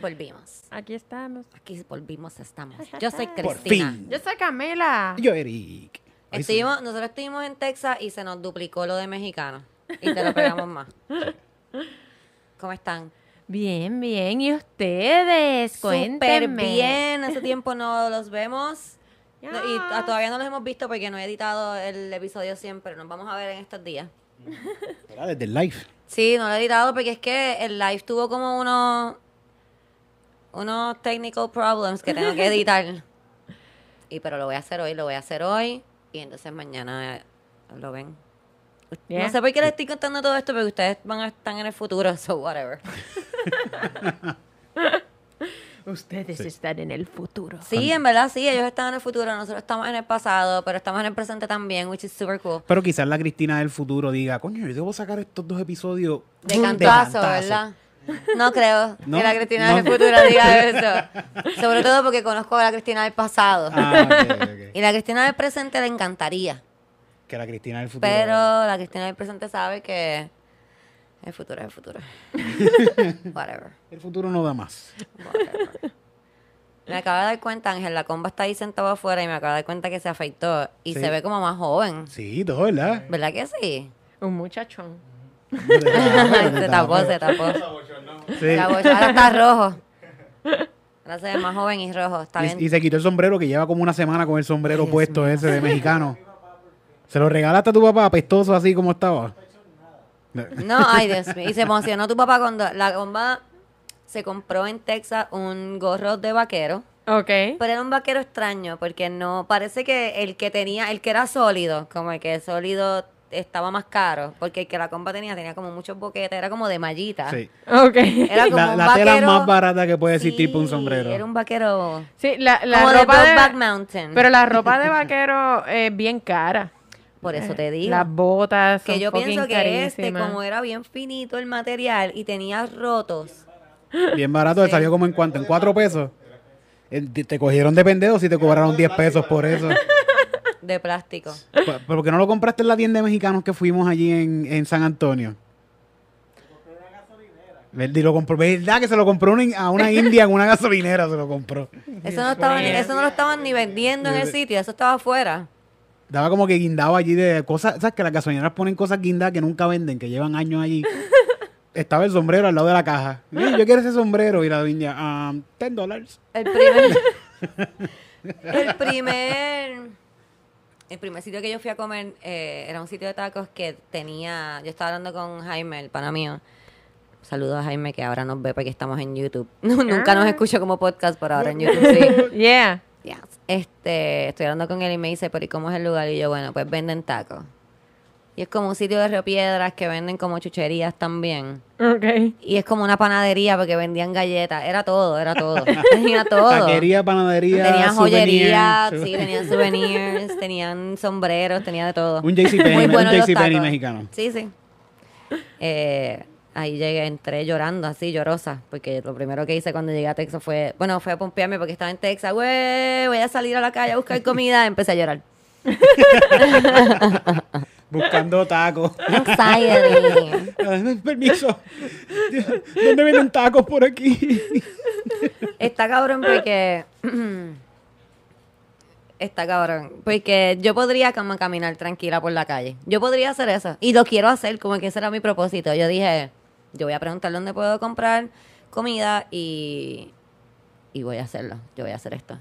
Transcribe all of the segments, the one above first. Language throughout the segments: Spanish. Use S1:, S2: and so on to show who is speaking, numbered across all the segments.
S1: Volvimos.
S2: Aquí estamos.
S1: Aquí volvimos, estamos. Yo soy
S2: Por
S1: Cristina.
S3: Por fin.
S2: Yo soy Camila.
S3: Yo, Eric. Ay, sí.
S1: Estuvimos, nosotros estuvimos en Texas y se nos duplicó lo de mexicano. Y te lo pegamos más. ¿Cómo están?
S2: Bien, bien. ¿Y ustedes?
S1: Súper
S2: Cuéntenme.
S1: bien. Hace tiempo no los vemos. No, y
S2: Yes.
S1: t- todavía no los hemos visto porque no he editado el episodio siempre. Nos vamos a ver en estos días.
S3: Era desde el live.
S1: Sí, no lo he editado porque es que el live tuvo como unos unos technical problems que tengo que editar. Y pero lo voy a hacer hoy, lo voy a hacer hoy y entonces mañana eh, lo ven.
S2: Yeah.
S1: No sé por qué les estoy contando todo esto porque ustedes van a estar en el futuro, so whatever.
S2: Ustedes están en el futuro.
S1: Sí, en verdad sí, ellos están en el futuro, nosotros estamos en el pasado, pero estamos en el presente también, which is super cool.
S3: Pero quizás la Cristina del futuro diga, coño, yo debo sacar estos dos episodios
S1: De cantazo, ¿verdad? No creo
S3: No,
S1: que la Cristina
S3: no.
S1: del futuro diga eso. Sobre todo porque conozco a la Cristina del pasado.
S3: Ah, ok, ok.
S1: Y la Cristina del presente le encantaría.
S3: Que la Cristina del futuro.
S1: Pero la Cristina del presente sabe que el futuro es el futuro. Whatever.
S3: El futuro no da más.
S1: whatever. Me acabo de dar cuenta, Ángel, la comba está ahí sentada afuera y me acabo de dar cuenta que se afeitó y
S3: Sí.
S1: se ve como más joven.
S3: Sí, todo, ¿verdad?
S1: ¿Verdad que sí?
S2: Un muchachón.
S1: se tapó, se tapó.
S3: Sí.
S1: La bolsa ahora está rojo. Ahora se ve más joven y rojo. Está bien.
S3: Y, y se quitó el sombrero que lleva como una semana con el sombrero puesto ese de mexicano. ¿Se lo regalaste a tu papá apestoso así como estaba?
S1: No, ay Dios mío. Y se emocionó tu papá cuando la comba se compró en Texas un gorro de vaquero.
S2: Ok.
S1: Pero era un vaquero extraño, porque no, parece que el que tenía, el que era sólido, como el que sólido estaba más caro, porque el que la compa tenía tenía como muchos boquetes, era como de mallita.
S3: Sí.
S2: Ok.
S1: Era como
S3: La,
S1: un
S3: la tela
S1: vaquero-
S3: más barata que puede existir
S1: Sí,
S3: para un sombrero.
S1: Era un vaquero
S2: Sí, la, la
S1: como de
S2: ropa de,
S1: Brokeback Mountain.
S2: Pero la ropa de vaquero es bien cara.
S1: Por eso te digo.
S2: eh, Las botas son
S1: que yo
S2: fucking
S1: pienso que este,
S2: carísimas.
S1: como era bien finito el material y tenía rotos.
S3: Bien barato, te salió como en cuánto, en cuatro pesos. Eh, Te te cogieron de pendejo si te cobraron 10 pesos por eso.
S1: de plástico.
S3: Pa- ¿Pero por qué no lo compraste en la tienda de mexicanos que fuimos allí en, en San Antonio? Verde, y lo compró, ¿verdad? Que se lo compró una in- a una india en una gasolinera, se lo compró.
S1: Eso no, estaban, eso no lo estaban ni vendiendo en el sitio, eso estaba afuera.
S3: Daba como que guindaba allí de cosas, ¿sabes? Que las gasolineras ponen cosas guindadas que nunca venden, que llevan años allí. Estaba el sombrero al lado de la caja. "Eh, Yo quiero ese sombrero. Y la india, ah, 10 dólares.
S1: El primer, el primer, el primer sitio que yo fui a comer eh, era un sitio de tacos que tenía, yo estaba hablando con Jaime, el pana mío. Saludos a Jaime que ahora nos ve porque estamos en YouTube. Nunca nos escuchó como podcast, pero ahora en YouTube sí.
S2: Yeah.
S1: Yes. Este, estoy hablando con él y me dice, pero ¿y cómo es el lugar? Y yo, bueno, pues venden tacos. Y es como un sitio de Río Piedras que venden como chucherías también.
S2: Ok.
S1: Y es como una panadería porque vendían galletas. Era todo, era todo. Tenía todo.
S3: Taquería, panadería.
S1: Tenían
S3: souvenir,
S1: joyería,
S3: su-
S1: sí, tenían souvenirs, tenían sombreros, tenía de todo.
S3: Un JCPenney,
S1: Muy
S3: un
S1: buenos los
S3: JCPenney
S1: tacos.
S3: mexicano.
S1: Sí, sí. Eh, ahí llegué, entré llorando así, llorosa, porque lo primero que hice cuando llegué a Texas fue, bueno, fue a pompearme porque estaba en Texas, güey, voy a salir a la calle a buscar comida, empecé a llorar.
S3: Buscando tacos.
S1: Anxiety.
S3: Dame permiso. ¿Dónde vienen tacos por aquí?
S1: Está cabrón porque... Está cabrón, porque yo podría como caminar tranquila por la calle. Yo podría hacer eso. Y lo quiero hacer, como que ese era mi propósito. Yo dije, yo voy a preguntar dónde puedo comprar comida y, y voy a hacerlo. Yo voy a hacer esto.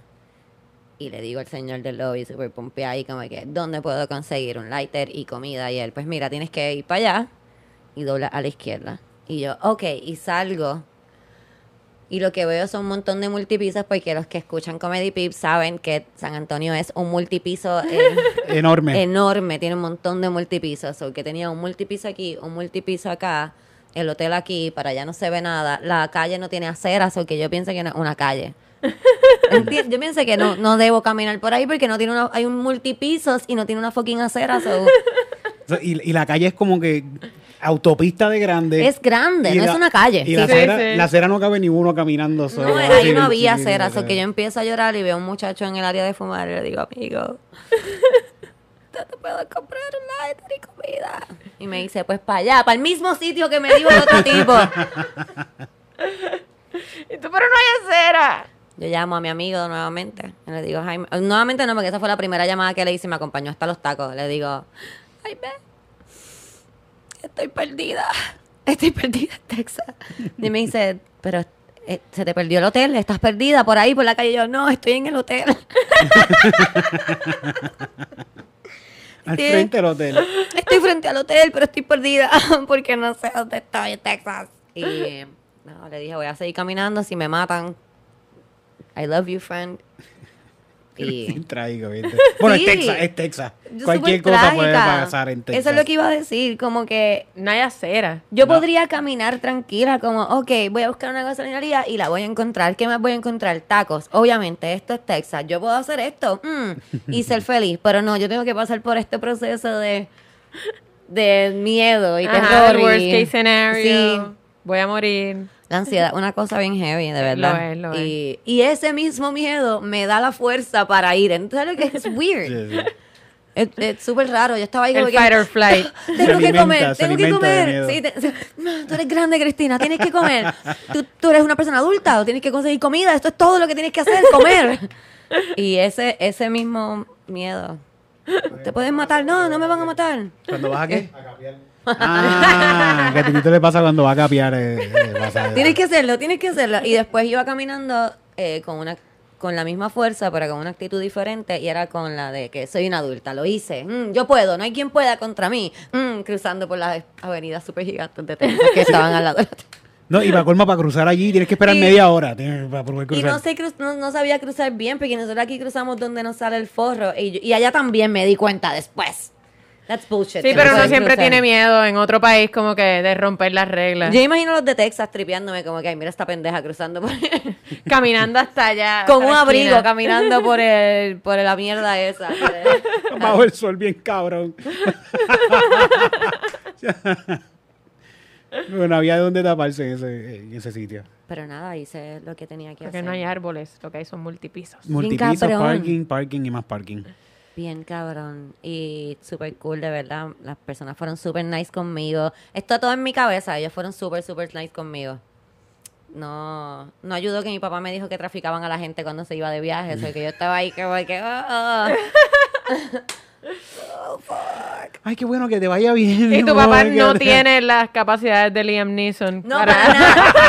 S1: Y le digo al señor del lobby, super pompeada, y como que, ¿dónde puedo conseguir un lighter y comida? Y él, pues mira, tienes que ir para allá y dobla a la izquierda. Y yo, ok, y salgo. Y lo que veo son un montón de multipisos, porque los que escuchan Comedy Pip saben que San Antonio es un multipiso eh,
S3: Enorme.
S1: enorme, tiene un montón de multipisos. O que tenía un multipiso aquí, un multipiso acá, el hotel aquí, para allá no se ve nada. La calle no tiene aceras, o que yo pienso que no es una calle. Enti- Yo pienso que no, no debo caminar por ahí porque no tiene una, hay un multipisos y no tiene una fucking acera. so-
S3: So, Y, y la calle es como que autopista de grande.
S1: Es grande,
S3: Y
S1: no es una calle.
S3: Y la,
S2: Sí,
S3: acera,
S2: sí.
S3: la acera no cabe ni uno caminando solo.
S1: No,
S3: así,
S1: ahí no había
S3: sí,
S1: acera,
S3: sí,
S1: so que yo empiezo a llorar y veo a un muchacho en el área de fumar y le digo, amigo, no te puedo comprar un lighter y comida. Y me dice, pues para allá, para el mismo sitio que me dijo el otro tipo.
S2: Y tú, pero no bandera.
S1: Yo llamo a mi amigo nuevamente. Y le digo, Jaime. eh, Nuevamente no, porque esa fue la primera llamada que le hice y me acompañó hasta los tacos. Le digo, Jaime, estoy perdida. Estoy perdida en Texas. Y me dice, pero eh, se te perdió el hotel, estás perdida por ahí, por la calle. Y yo, no, estoy en el hotel.
S3: Al
S1: Sí.
S3: frente del hotel.
S1: Estoy frente al hotel, pero estoy perdida porque no sé dónde estoy en Texas. Y no, le dije, voy a seguir caminando si me matan. I love you, friend. Y
S3: Trágico, ¿viste? Bueno,
S1: Sí.
S3: es Texas, es Texas.
S1: Yo
S3: Cualquier
S1: súper
S3: cosa puede
S1: trágica.
S3: pasar en Texas.
S1: Eso es lo que iba a decir, como que
S2: No hay acera.
S1: yo
S3: No.
S1: podría caminar tranquila, como, ok, voy a buscar una gasolinería y la voy a encontrar. ¿Qué más voy a encontrar? Tacos. Obviamente, esto es Texas. Yo puedo hacer esto mm, y ser feliz, pero no, yo tengo que pasar por este proceso de, de miedo y
S2: Ajá,
S1: terror.
S2: el
S1: y-
S2: worst case scenario.
S1: Sí.
S2: Voy a morir.
S1: La ansiedad, una cosa bien heavy, de verdad.
S2: es, lo
S1: y, y ese mismo miedo me da la fuerza para ir. Entonces, lo que es weird.
S3: Sí, sí.
S1: Es- Es súper raro. Yo estaba ahí
S2: El
S1: como que,
S2: fight or flight.
S1: Tengo
S3: Se
S1: que comer,
S3: alimenta, se
S1: tengo que
S3: alimenta de
S1: comer.
S3: miedo.
S1: Sí, te- se- tú eres grande, Cristina, tienes que comer. Tú, tú eres una persona adulta, tienes que conseguir comida. Esto es todo lo que tienes que hacer, comer. Y ese, ese mismo miedo. Te pueden matar. No, no me van a matar.
S3: ¿Cuando vas a qué? A capiar. Ah, que a Titito le pasa cuando va a capiar. eh, eh, pasa-
S1: Tienes que hacerlo, tienes que hacerlo. Y después iba caminando eh, con una con la misma fuerza, pero con una actitud diferente, y era con la de que soy una adulta, lo hice, Mm, yo puedo, no hay quien pueda contra mí, Mm, cruzando por las avenidas super gigantes de Texas que estaban al lado de la
S3: No, y para colma, para cruzar allí tienes que esperar
S1: Y-
S3: media hora tienes- para poder
S1: Y
S3: cruzar.
S1: no, sé cruz- no, no sabía cruzar bien, porque nosotros aquí cruzamos donde nos sale el forro. Y, yo- y allá también me di cuenta después. That's bullshit.
S2: Sí,
S1: que
S2: pero
S1: no
S2: uno
S1: sabes
S2: siempre
S1: cruzar.
S2: tiene miedo en otro país como que de romper las reglas.
S1: Yo imagino a los de Texas tripeándome como que, ay, mira esta pendeja cruzando por
S2: Caminando hasta allá. hasta
S1: con un
S2: la
S1: abrigo,
S2: esquina.
S1: caminando por el por la mierda esa. por el-
S3: Bajo el sol bien cabrón. bueno, había donde taparse en ese, en ese sitio.
S1: Pero nada, hice lo que tenía que
S2: Porque
S1: hacer.
S2: no hay árboles, lo que hay son multipisos.
S3: Multipiso,
S1: cabrón.
S3: parking, parking y más parking.
S1: Bien cabrón y súper cool, de verdad. Las personas fueron súper nice conmigo. Esto todo en mi cabeza, ellos fueron súper, súper nice conmigo. No, no ayudó que mi papá me dijo que traficaban a la gente cuando se iba de viaje, o sea, que yo estaba ahí como que... oh, oh.
S3: Ay, qué bueno que te vaya bien.
S2: Y tu
S3: no,
S2: papá
S3: ay, que-
S2: no tiene las capacidades de Liam Neeson.
S1: No,
S2: para-
S1: para nada.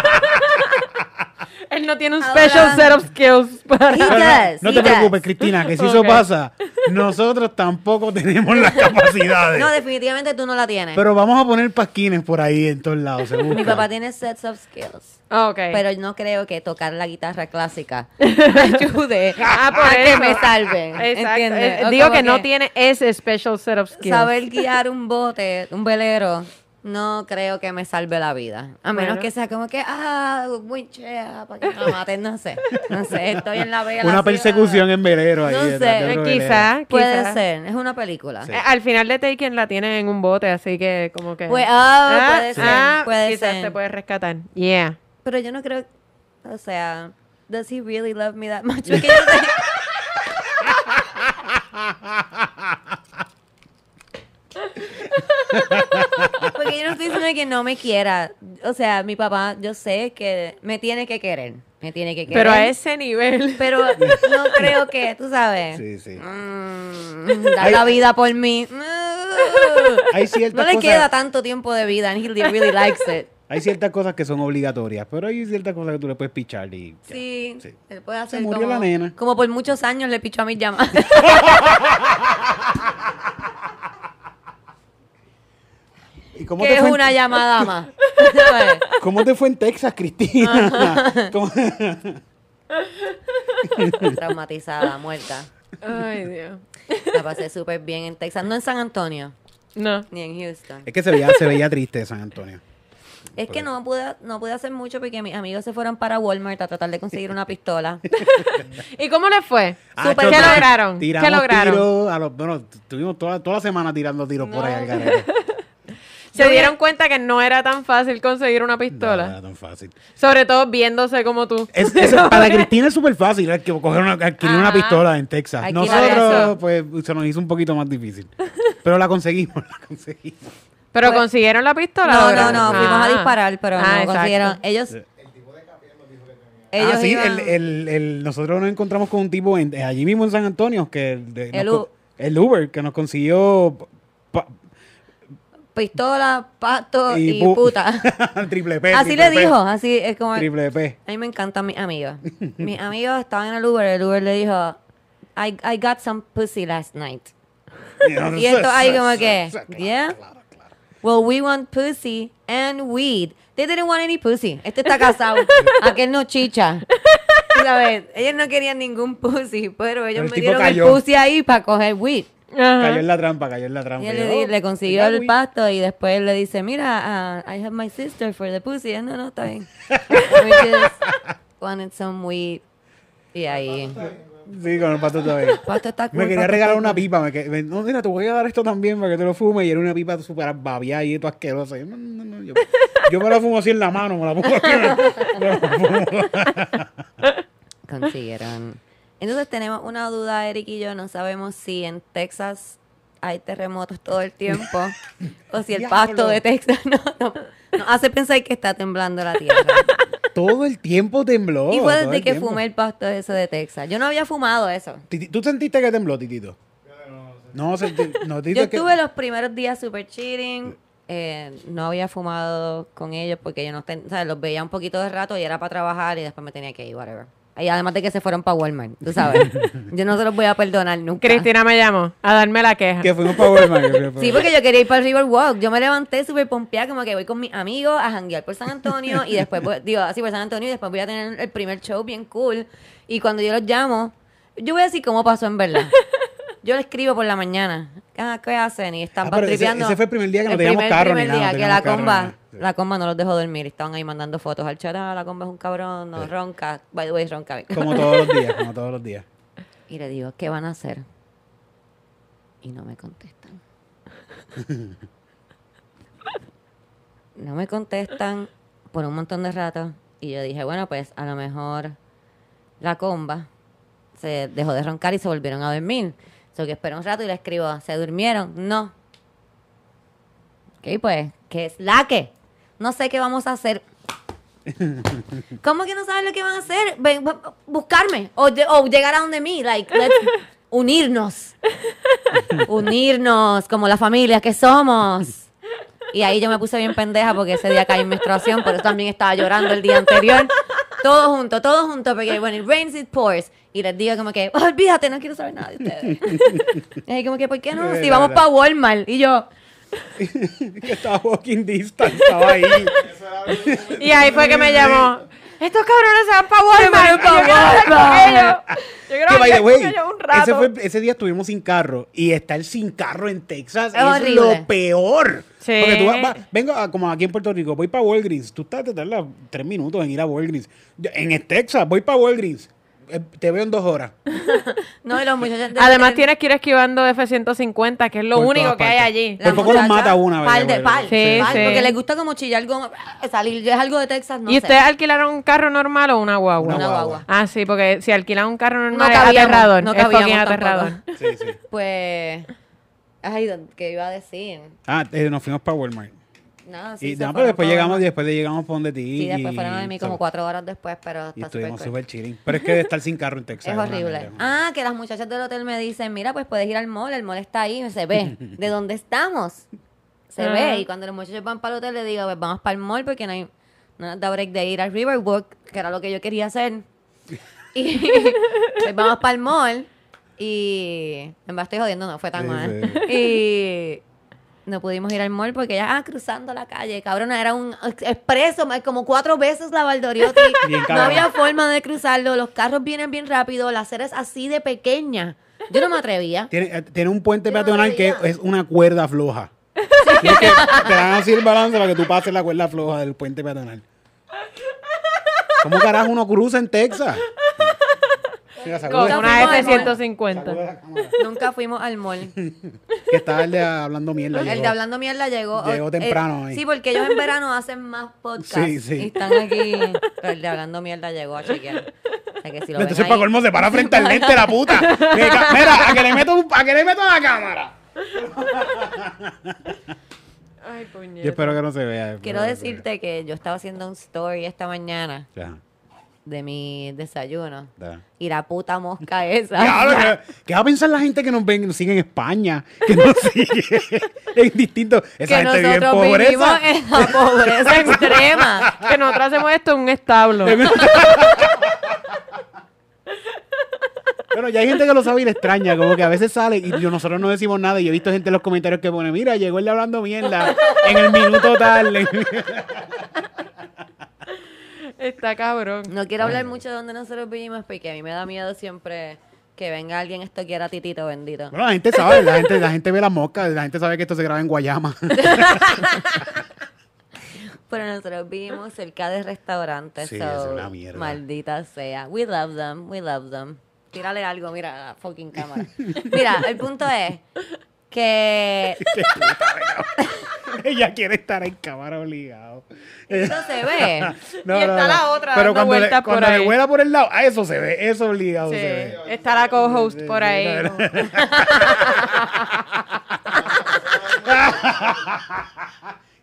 S2: Él no tiene un
S1: Ahora-
S2: special set of skills para...
S3: No, no,
S1: Yes,
S3: no te
S1: yes.
S3: preocupes, Cristina, que si eso
S2: Ok.
S3: pasa, nosotros tampoco tenemos las capacidades.
S1: No, definitivamente tú no la tienes.
S3: Pero vamos a poner pasquines por ahí en todos lados, se
S1: mi
S3: busca.
S1: papá tiene sets of skills.
S2: Ok.
S1: Pero no creo que tocar la guitarra clásica ayude
S2: Ah, por
S1: a que
S2: eso.
S1: me salven.
S2: Exacto.
S1: ¿entiendes?
S2: Eh,
S1: O
S2: Digo
S1: como
S2: que no tiene ese special set of skills.
S1: Saber guiar un bote, un velero, no creo que me salve la vida. A menos
S2: Bueno.
S1: que sea como que, ah, muy chea, para que no la maten, no sé. No sé, estoy en la vela.
S3: Una persecución en velero ahí.
S1: No
S3: detrás
S1: sé,
S3: de otro velero.
S2: Quizás,
S1: Puede ser, es una película.
S2: Eh, Al final de Taken la tiene en un bote, así que como que...
S1: Pues, ah, puede ser,
S2: ah,
S1: puede
S2: quizás
S1: ser.
S2: te puedes rescatar. Yeah.
S1: Pero yo no creo, o sea, does he really love me that much? Porque yo sé- Porque yo no estoy diciendo que no me quiera. O sea, mi papá, yo sé que me tiene que querer. Me tiene que querer.
S2: Pero a ese nivel...
S1: Pero no creo que, tú sabes.
S3: Sí, sí.
S1: Mm, dar la vida por mí. Mm.
S3: Hay ciertas
S1: no le
S3: cosas-
S1: queda tanto tiempo de vida and he really likes it.
S3: Hay ciertas cosas que son obligatorias, pero hay ciertas cosas que tú le puedes pichar y ya.
S1: Sí,
S3: Sí.
S1: él puede hacer
S3: murió
S1: como,
S3: la nena.
S1: como por muchos años le pichó a mis llamadas.
S3: ¿Y cómo,
S1: que
S3: te
S1: es
S3: fue en-
S1: una llamada más.
S3: cómo te fue en Texas, Cristina? ¿Cómo-
S1: Pues, Traumatizada, muerta.
S2: Ay, Dios.
S1: La pasé súper bien en Texas, no en San Antonio,
S2: No.
S1: ni en Houston.
S3: Es que se veía, se veía triste San Antonio.
S1: Es que no pude, no pude hacer mucho porque mis amigos se fueron para Walmart a tratar de conseguir una pistola.
S2: ¿Y cómo le fue?
S3: Ah,
S2: Súper.
S3: chota,
S2: ¿Qué lograron?
S3: Tiramos
S2: ¿Qué lograron?
S3: tiros a los, bueno, estuvimos toda, toda la semana tirando tiros por ahí al garete.
S2: Se dieron cuenta que no era tan fácil conseguir una
S3: No, no
S2: pistola.
S3: era tan fácil.
S2: Sobre todo viéndose como tú.
S3: Es- es- para Cristina es súper fácil eh, que coger una, adquirir una
S2: Ajá.
S3: pistola en Texas.
S1: Alquilar
S3: Nosotros,
S2: eso.
S3: pues, se nos hizo un poquito más difícil. Pero la conseguimos, la conseguimos.
S2: ¿Pero
S1: Pues-
S2: consiguieron la pistola?
S1: No, no,
S2: ¿Lograron?
S1: no, fuimos
S2: Ah.
S1: a disparar, pero
S2: Ah,
S1: no
S2: exacto.
S1: consiguieron. Ellos, Ellos
S3: ah, sí,
S1: iban-
S3: el, el- el- nosotros nos encontramos con un tipo en- eh, allí mismo en San Antonio, que de-
S1: El
S3: nos
S1: U-
S3: con- el Uber, que nos consiguió pa-
S1: pistola, pato Oh, y,
S3: pu-
S1: puta.
S3: triple P.
S1: así
S3: triple
S1: le
S3: P,
S1: dijo, así es como...
S3: Triple P.
S1: A mí me encantan mis amigos. mis amigos estaban en el Uber, el Uber le dijo, I, I got some pussy last night. Y esto ahí como que, yeah. Well, we want pussy and weed. They didn't want any pussy. Este está casado. Aquel no chicha. Tú ¿Sabes? Ellos no querían ningún pussy, pero
S3: Pero
S1: ellos
S3: el
S1: me
S3: tipo
S1: dieron
S3: cayó.
S1: el pussy ahí para coger weed.
S2: Ajá.
S3: Cayó en la trampa, cayó en la
S1: Y
S3: trampa.
S1: él
S3: Yo,
S1: le, di-
S3: oh,
S1: le consiguió
S3: ya,
S1: el
S3: uy.
S1: pasto y después él le dice, mira, ah, I have my sister for the pussy. Ah, No, no, está bien. We just wanted some weed. Y ahí.
S3: Sí, con el pato todavía.
S1: Pasto está cool,
S3: Me quería
S1: pasto
S3: regalar
S1: está
S3: una
S1: cool.
S3: pipa. Me que- me- no, mira, te voy a dar esto también para que te lo fumes. Y era una pipa súper babiada y todo asquerosa. Yo, no, no, no, yo, yo me la fumo así en la mano, me la pongo aquí. Me la fumo.
S1: Consiguieron. Entonces tenemos una duda, Eric y yo. No sabemos si en Texas hay terremotos todo el tiempo o si el pasto
S3: Diablo.
S1: de Texas no, no- nos hace pensar que está temblando la tierra.
S3: Todo el tiempo tembló.
S1: y fue
S3: Oh, todo
S1: desde
S3: el
S1: que
S3: tiempo.
S1: fumé el pasto ese de Texas. Yo no había fumado eso.
S3: Titi- ¿Tú sentiste que tembló, Titito? No, sentí- no, Titito
S1: Yo
S3: es que-
S1: estuve los primeros días super chilling. eh, no había fumado con ellos porque yo no ten- o sea, los veía un poquito de rato y era para trabajar y después me tenía que ir, whatever. Y además de que se fueron para Walmart, tú sabes. yo no se los voy a perdonar nunca.
S2: Cristina me llamó a darme la queja.
S3: que fuimos para Walmart. que fuimos pa'
S1: Sí, porque yo quería ir para el River Walk. Yo me levanté súper pompeada, como que voy con mis amigos a janguear por San Antonio y después, voy- digo, así por San Antonio y después voy a tener el primer show bien cool. Y cuando yo los llamo, yo voy a decir cómo pasó en verdad. Yo le escribo por la mañana. Ah, ¿qué hacen? Y están
S3: Ah, pero ese-
S1: tripeando.
S3: ese fue el primer día que no
S1: El
S3: teníamos
S1: primer,
S3: carro ni
S1: primer
S3: nada, no
S1: día que la
S3: teníamos carro ni
S1: comba,
S3: nada. Sí.
S1: la comba no los dejó dormir. Estaban ahí mandando fotos al chat. Ah, la comba es un cabrón, no ronca. By the way, ronca. bien.
S3: Como todos los días, como todos los días.
S1: Y le digo, ¿qué van a hacer? Y no me contestan. No me contestan por un montón de rato. Y yo dije, bueno, pues a lo mejor la comba se dejó de roncar y se volvieron a dormir. So que esperé un rato y le escribo, ¿se durmieron? No. Ok, pues, que es la que. No sé qué vamos a hacer. ¿Cómo que no saben lo que van a hacer? Ven, bu- buscarme o, lle- o llegar a donde mí, like, let's unirnos. unirnos como la familia que somos. Y ahí yo me puse bien pendeja porque ese día caí en menstruación, por eso también estaba llorando el día anterior. Todo junto, todo junto, porque when it rains it pours. Y les digo como que, "Oh, olvídate, no quiero saber nada de ustedes. y ahí como que, ¿por qué no? Si vamos para Walmart. Y yo,
S3: que estaba walking distance, estaba ahí.
S2: Y ahí fue que me llamó. Estos cabrones se van para Walmart.
S1: Se van pa'
S2: Yo quiero hablar con ellos. Yo quiero
S3: Que by the
S2: hablar
S3: way,
S2: con ellos un rato.
S3: ese, fue- ese día estuvimos sin carro y estar sin carro en Texas
S1: Es
S3: es,
S1: horrible.
S3: lo peor.
S2: Sí.
S3: Porque tú vas- vas- vengo a- como aquí en Puerto Rico, voy para Walgreens, tú estás te tardas tres minutos en ir a Walgreens. Yo- en el Texas, voy para Walgreens, eh, te veo en dos horas.
S1: no, y los muchachos...
S2: Además tienes que ir esquivando F-150, que es lo
S3: Por
S2: único
S3: todas
S2: que hay
S3: partes.
S2: allí.
S1: La
S3: Por poco los
S1: muchacha,
S3: mata una,
S1: Pal
S3: ¿verdad?
S1: de pal.
S2: Sí,
S1: pal,
S2: sí.
S1: Porque les gusta como chillar, como salir. Es algo de Texas, no
S2: ¿Y
S1: sé.
S2: ustedes alquilaron un carro normal o una guagua?
S1: Una
S3: Una guagua.
S1: guagua.
S2: Ah, sí, porque si alquilan un carro normal es
S1: cabíamos,
S2: aterrador.
S1: no
S2: es fucking
S1: cabíamos tampoco.
S2: aterrador.
S3: Sí, sí.
S1: Pues. Ay, don- ¿qué iba a decir?
S3: Ah, eh, nos fuimos para Walmart.
S1: Nada, Ah, sí.
S3: Y,
S1: se
S3: no, pero
S1: fueron
S3: después
S1: todos.
S3: llegamos y después de llegamos por donde ti.
S1: Sí, después
S3: y-
S1: fueron a mí como
S3: so-
S1: cuatro horas después, pero
S3: Y
S1: está súper
S3: estuvimos
S1: cool.
S3: súper chilling. Pero es que de estar sin carro en Texas.
S1: Es
S3: una
S1: horrible.
S3: mierda.
S1: Ah, que las muchachas del hotel me dicen, mira, pues puedes ir al mall, el mall está ahí, se ve. ¿De dónde estamos? Se
S2: Ajá.
S1: ve. Y cuando los muchachos van para el hotel, le digo, pues vamos para el mall porque no, hay, no nos da break de ir al Riverwalk, que era lo que yo quería hacer. Y pues vamos para el mall y... En verdad estoy jodiendo, no fue tan
S3: Sí,
S1: mal. Y... No pudimos ir al mall porque ya, ah, cruzando la calle, cabrona, era un ex- expreso, ma- como cuatro veces la Valdoriotti.
S3: Bien
S1: no
S3: cabrona.
S1: había forma de cruzarlo, los carros vienen bien rápido, la acera es así de pequeña. Yo no me atrevía.
S3: Tiene, eh, tiene un puente
S1: Yo no
S3: peatonal que
S1: sabía.
S3: es una cuerda floja. Tienes que- te van a hacer el balance para que tú pases la cuerda floja del puente peatonal. ¿Cómo carajo uno cruza en Texas? Mira, sacude-
S2: Con
S1: Nunca
S2: una
S1: fuimos al mall.
S3: sacude
S2: F-150.
S3: la cámara.
S1: Nunca fuimos al mall.
S3: Que estaba el de hablando mierda.
S1: El
S3: llegó.
S1: de Hablando Mierda llegó.
S3: Llegó
S1: eh,
S3: temprano ahí.
S1: Sí, porque ellos en verano hacen más podcasts.
S3: Sí, sí.
S1: Y están aquí. Pero el de Hablando Mierda llegó a chequear. O sea que si lo ven
S3: Entonces,
S1: ahí-
S3: para colmo, se para frente al lente la puta. Me ca- Mira, a que le meto, un- a que le meto la cámara.
S2: Ay, puñeta.
S3: Yo espero que no se vea.
S1: Quiero
S3: espero que no se vea.
S1: decirte que yo estaba haciendo un story esta mañana
S3: Ajá.
S1: de mi desayuno.
S3: Da.
S1: Y la puta mosca esa.
S3: Diablo, ¿qué- ¿Qué va a pensar la gente que nos ven, nos sigue en España? Que nos sigue en distintos. Esa
S2: que
S3: gente vive en
S2: nosotros vivimos
S3: pobreza.
S2: en
S1: La pobreza extrema.
S2: Que nosotros hacemos esto en un establo.
S3: Em- Pero ya hay gente que lo sabe y le extraña, como que a veces sale y yo- nosotros no decimos nada. Y yo he visto gente en los comentarios que pone, mira, llegó el de hablando mierda en el minuto tal.
S2: Está cabrón.
S1: No quiero hablar mucho de donde nosotros vivimos porque a mí me da miedo siempre que venga alguien esto quiera titito bendito.
S3: Bueno, la gente sabe, la gente, la gente ve las moscas, la gente sabe que esto se graba en Guayama.
S1: Pero nosotros vivimos cerca de restaurantes.
S3: Sí,
S1: so,
S3: es una mierda.
S1: Maldita sea. We love them, we love them. Tírale algo, mira la fucking cámara. Mira, el punto es que
S3: Ella quiere estar en cámara obligado.
S1: esto se ve.
S2: Y está la otra
S3: Pero
S2: dando
S3: cuando, le,
S2: vueltas por
S3: cuando le
S2: ahí.
S3: vuela por el lado, ah, eso se ve, eso obligado
S2: Sí,
S3: se ve.
S2: Está la co-host por ahí.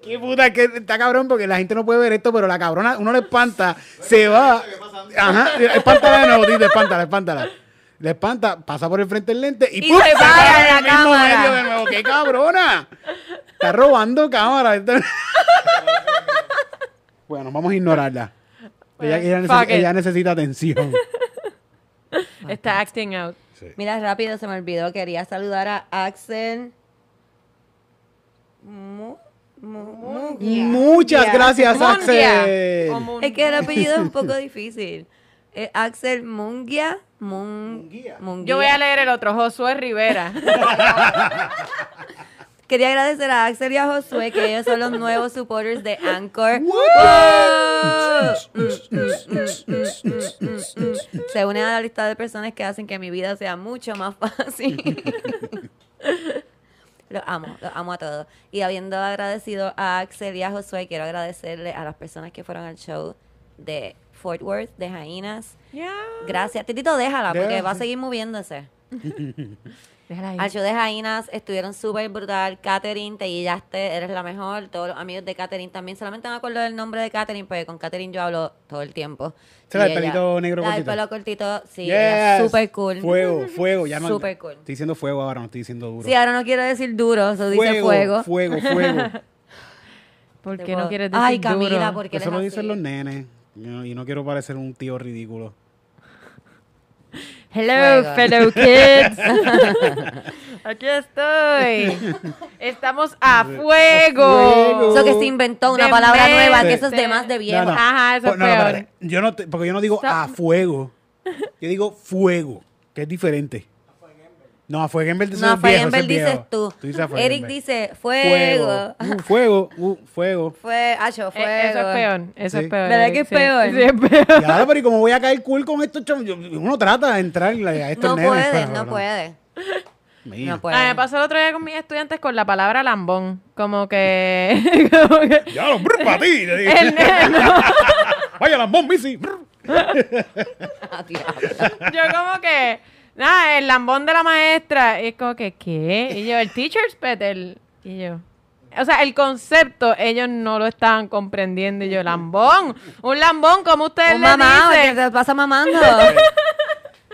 S3: Qué puta, que está cabrón porque la gente no puede ver esto, pero la cabrona, uno le espanta, se va. Ajá, espántala de nuevo, Tito, espántala, espántala. Le espanta, pasa por el frente del lente y,
S2: Y se para
S3: para en
S2: la
S3: el mismo
S2: cámara.
S3: medio de nuevo. ¡Qué cabrona! Está robando cámara. Esta- bueno, vamos a ignorarla. Ella, ella
S2: Fuck
S3: necesi-
S2: it.
S3: ella necesita atención.
S2: Está acting out.
S1: Mira, rápido, se me olvidó. Quería saludar a Axel. Mu- Mu- Mugia.
S3: Muchas gracias,
S2: Mundia.
S3: Axel.
S2: O Mundia.
S1: Es que el apellido es un poco difícil. Eh, Axel Mungia. Mun- Munguía.
S2: Yo voy a leer el otro, Josué Rivera.
S1: Quería agradecer a Axel y a Josué, que ellos son los nuevos supporters de Anchor. ¡Wow! Mm, Se unen a la lista de personas que hacen que mi vida sea mucho más fácil. Los amo, los amo a todos. Y habiendo agradecido a Axel y a Josué, quiero agradecerle a las personas que fueron al show de Fort Worth, de Jainas.
S2: Ya.
S1: Gracias. Titito, déjala, porque
S3: Déjala.
S1: va a seguir moviéndose.
S2: Déjala ahí.
S1: Al show de Jainas estuvieron súper brutal. Katherine, te guillaste, eres la mejor. Todos los amigos de Katherine también. Solamente me acuerdo del nombre de Katherine, porque con Katherine yo hablo todo el tiempo.
S3: Esa es la
S1: Y
S3: del
S1: ella-
S3: pelito negro
S1: la del
S3: cortito.
S1: pelo cortito, sí. ella
S3: Yes.
S1: es Súper cool.
S3: Fuego, fuego. Ya no,
S1: Súper cool.
S3: Estoy diciendo fuego ahora, no estoy diciendo duro.
S1: Sí, ahora no quiero decir duro, eso dice fuego.
S3: Fuego, fuego.
S2: ¿Por qué
S1: Te
S2: no
S1: puedo-
S2: quieres decir
S1: Ay, Camila,
S2: duro?
S1: ¿por qué
S3: Eso
S1: eres
S3: lo
S1: así?
S3: dicen los nenes. No, Y no quiero parecer un tío ridículo.
S2: Hello,
S1: Fuego.
S2: fellow kids. Aquí estoy. Estamos a fuego.
S3: Fuego.
S1: Eso que se inventó una
S2: De
S1: palabra nueva, que
S2: mente.
S1: eso es de más de viejo. Ah,
S3: No, no.
S2: Ajá, eso
S3: Po-
S2: es
S3: no, no,
S2: peor.
S3: espérate. yo no te- porque yo no digo a fuego. Yo digo fuego, que es diferente. No, a fuego en verde
S1: No, fue Ember, dices tú.
S3: dices a fuego en
S1: Eric
S3: verde.
S1: dice fuego.
S3: Fuego, uh, fuego. uh, fuego.
S1: Fue, acho, fuego.
S2: Eh, eso es peor. Eso
S3: Sí.
S2: es peor.
S1: ¿Verdad que es
S2: Sí.
S1: peor?
S2: Sí, es peor.
S3: Y ahora, pero ¿y cómo voy a caer cool con estos chom- yo- Uno trata de entrarle a estos
S1: No
S3: nenes.
S1: puede,
S3: pero-
S1: no puede.
S3: Mira.
S1: No
S2: Ah, me
S1: puede.
S2: pasó el otro día con mis estudiantes con la palabra lambón. Como que. como que-
S3: Ya lo brr, para ti. le dije.
S2: el nene-
S3: Vaya las bombis, sí. brr.
S1: Ah, diablo.
S2: yo, como que. Nada, el lambón de la maestra. Y es como que, ¿qué? Y yo, el teacher's pet. el- Y yo. O sea, el concepto, ellos no lo estaban comprendiendo. Y yo, lambón. Un lambón, como ustedes
S1: Un
S2: le
S1: mamado que
S2: dicen.
S1: se pasa mamando.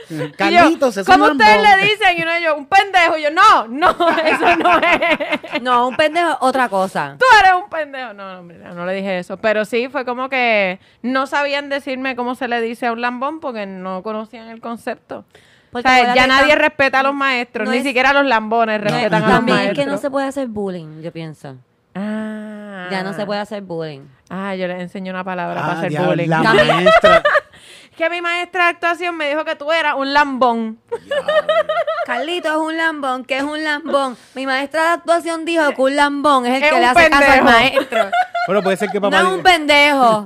S2: Y yo,
S3: Carlitos, es un
S2: ¿Cómo ustedes
S3: lambón.
S2: le dicen? Y uno de ellos, un pendejo. Y yo, no, no, eso no es.
S1: No, un pendejo, otra cosa.
S2: Tú eres un pendejo. No, no, hombre, no, no le dije eso. Pero sí, fue como que no sabían decirme cómo se le dice a un lambón porque no conocían el concepto.
S1: Porque
S2: o sea,
S1: acuérdate
S2: ya
S1: que
S2: nadie
S1: tam-
S2: respeta a los maestros,
S1: no
S2: ni
S1: es-
S2: siquiera los lambones respetan a los
S1: También es
S2: maestros.
S1: que no se puede hacer bullying, yo pienso.
S2: Ah.
S1: Ya no se puede hacer bullying.
S2: Ah, yo les enseñé una palabra para
S3: Ah,
S2: hacer
S3: diablo,
S2: bullying.
S3: La
S1: Cambia.
S3: maestra.
S2: Que mi maestra de actuación me dijo que tú eras un lambón.
S1: Carlito es un lambón, que es un lambón. Mi maestra de actuación dijo que un lambón es el
S2: Es
S1: que
S2: un
S1: le hace caso al
S2: pendejo.
S1: maestro.
S3: Bueno, puede ser que
S1: No
S3: papá
S1: es
S3: diga,
S1: un pendejo.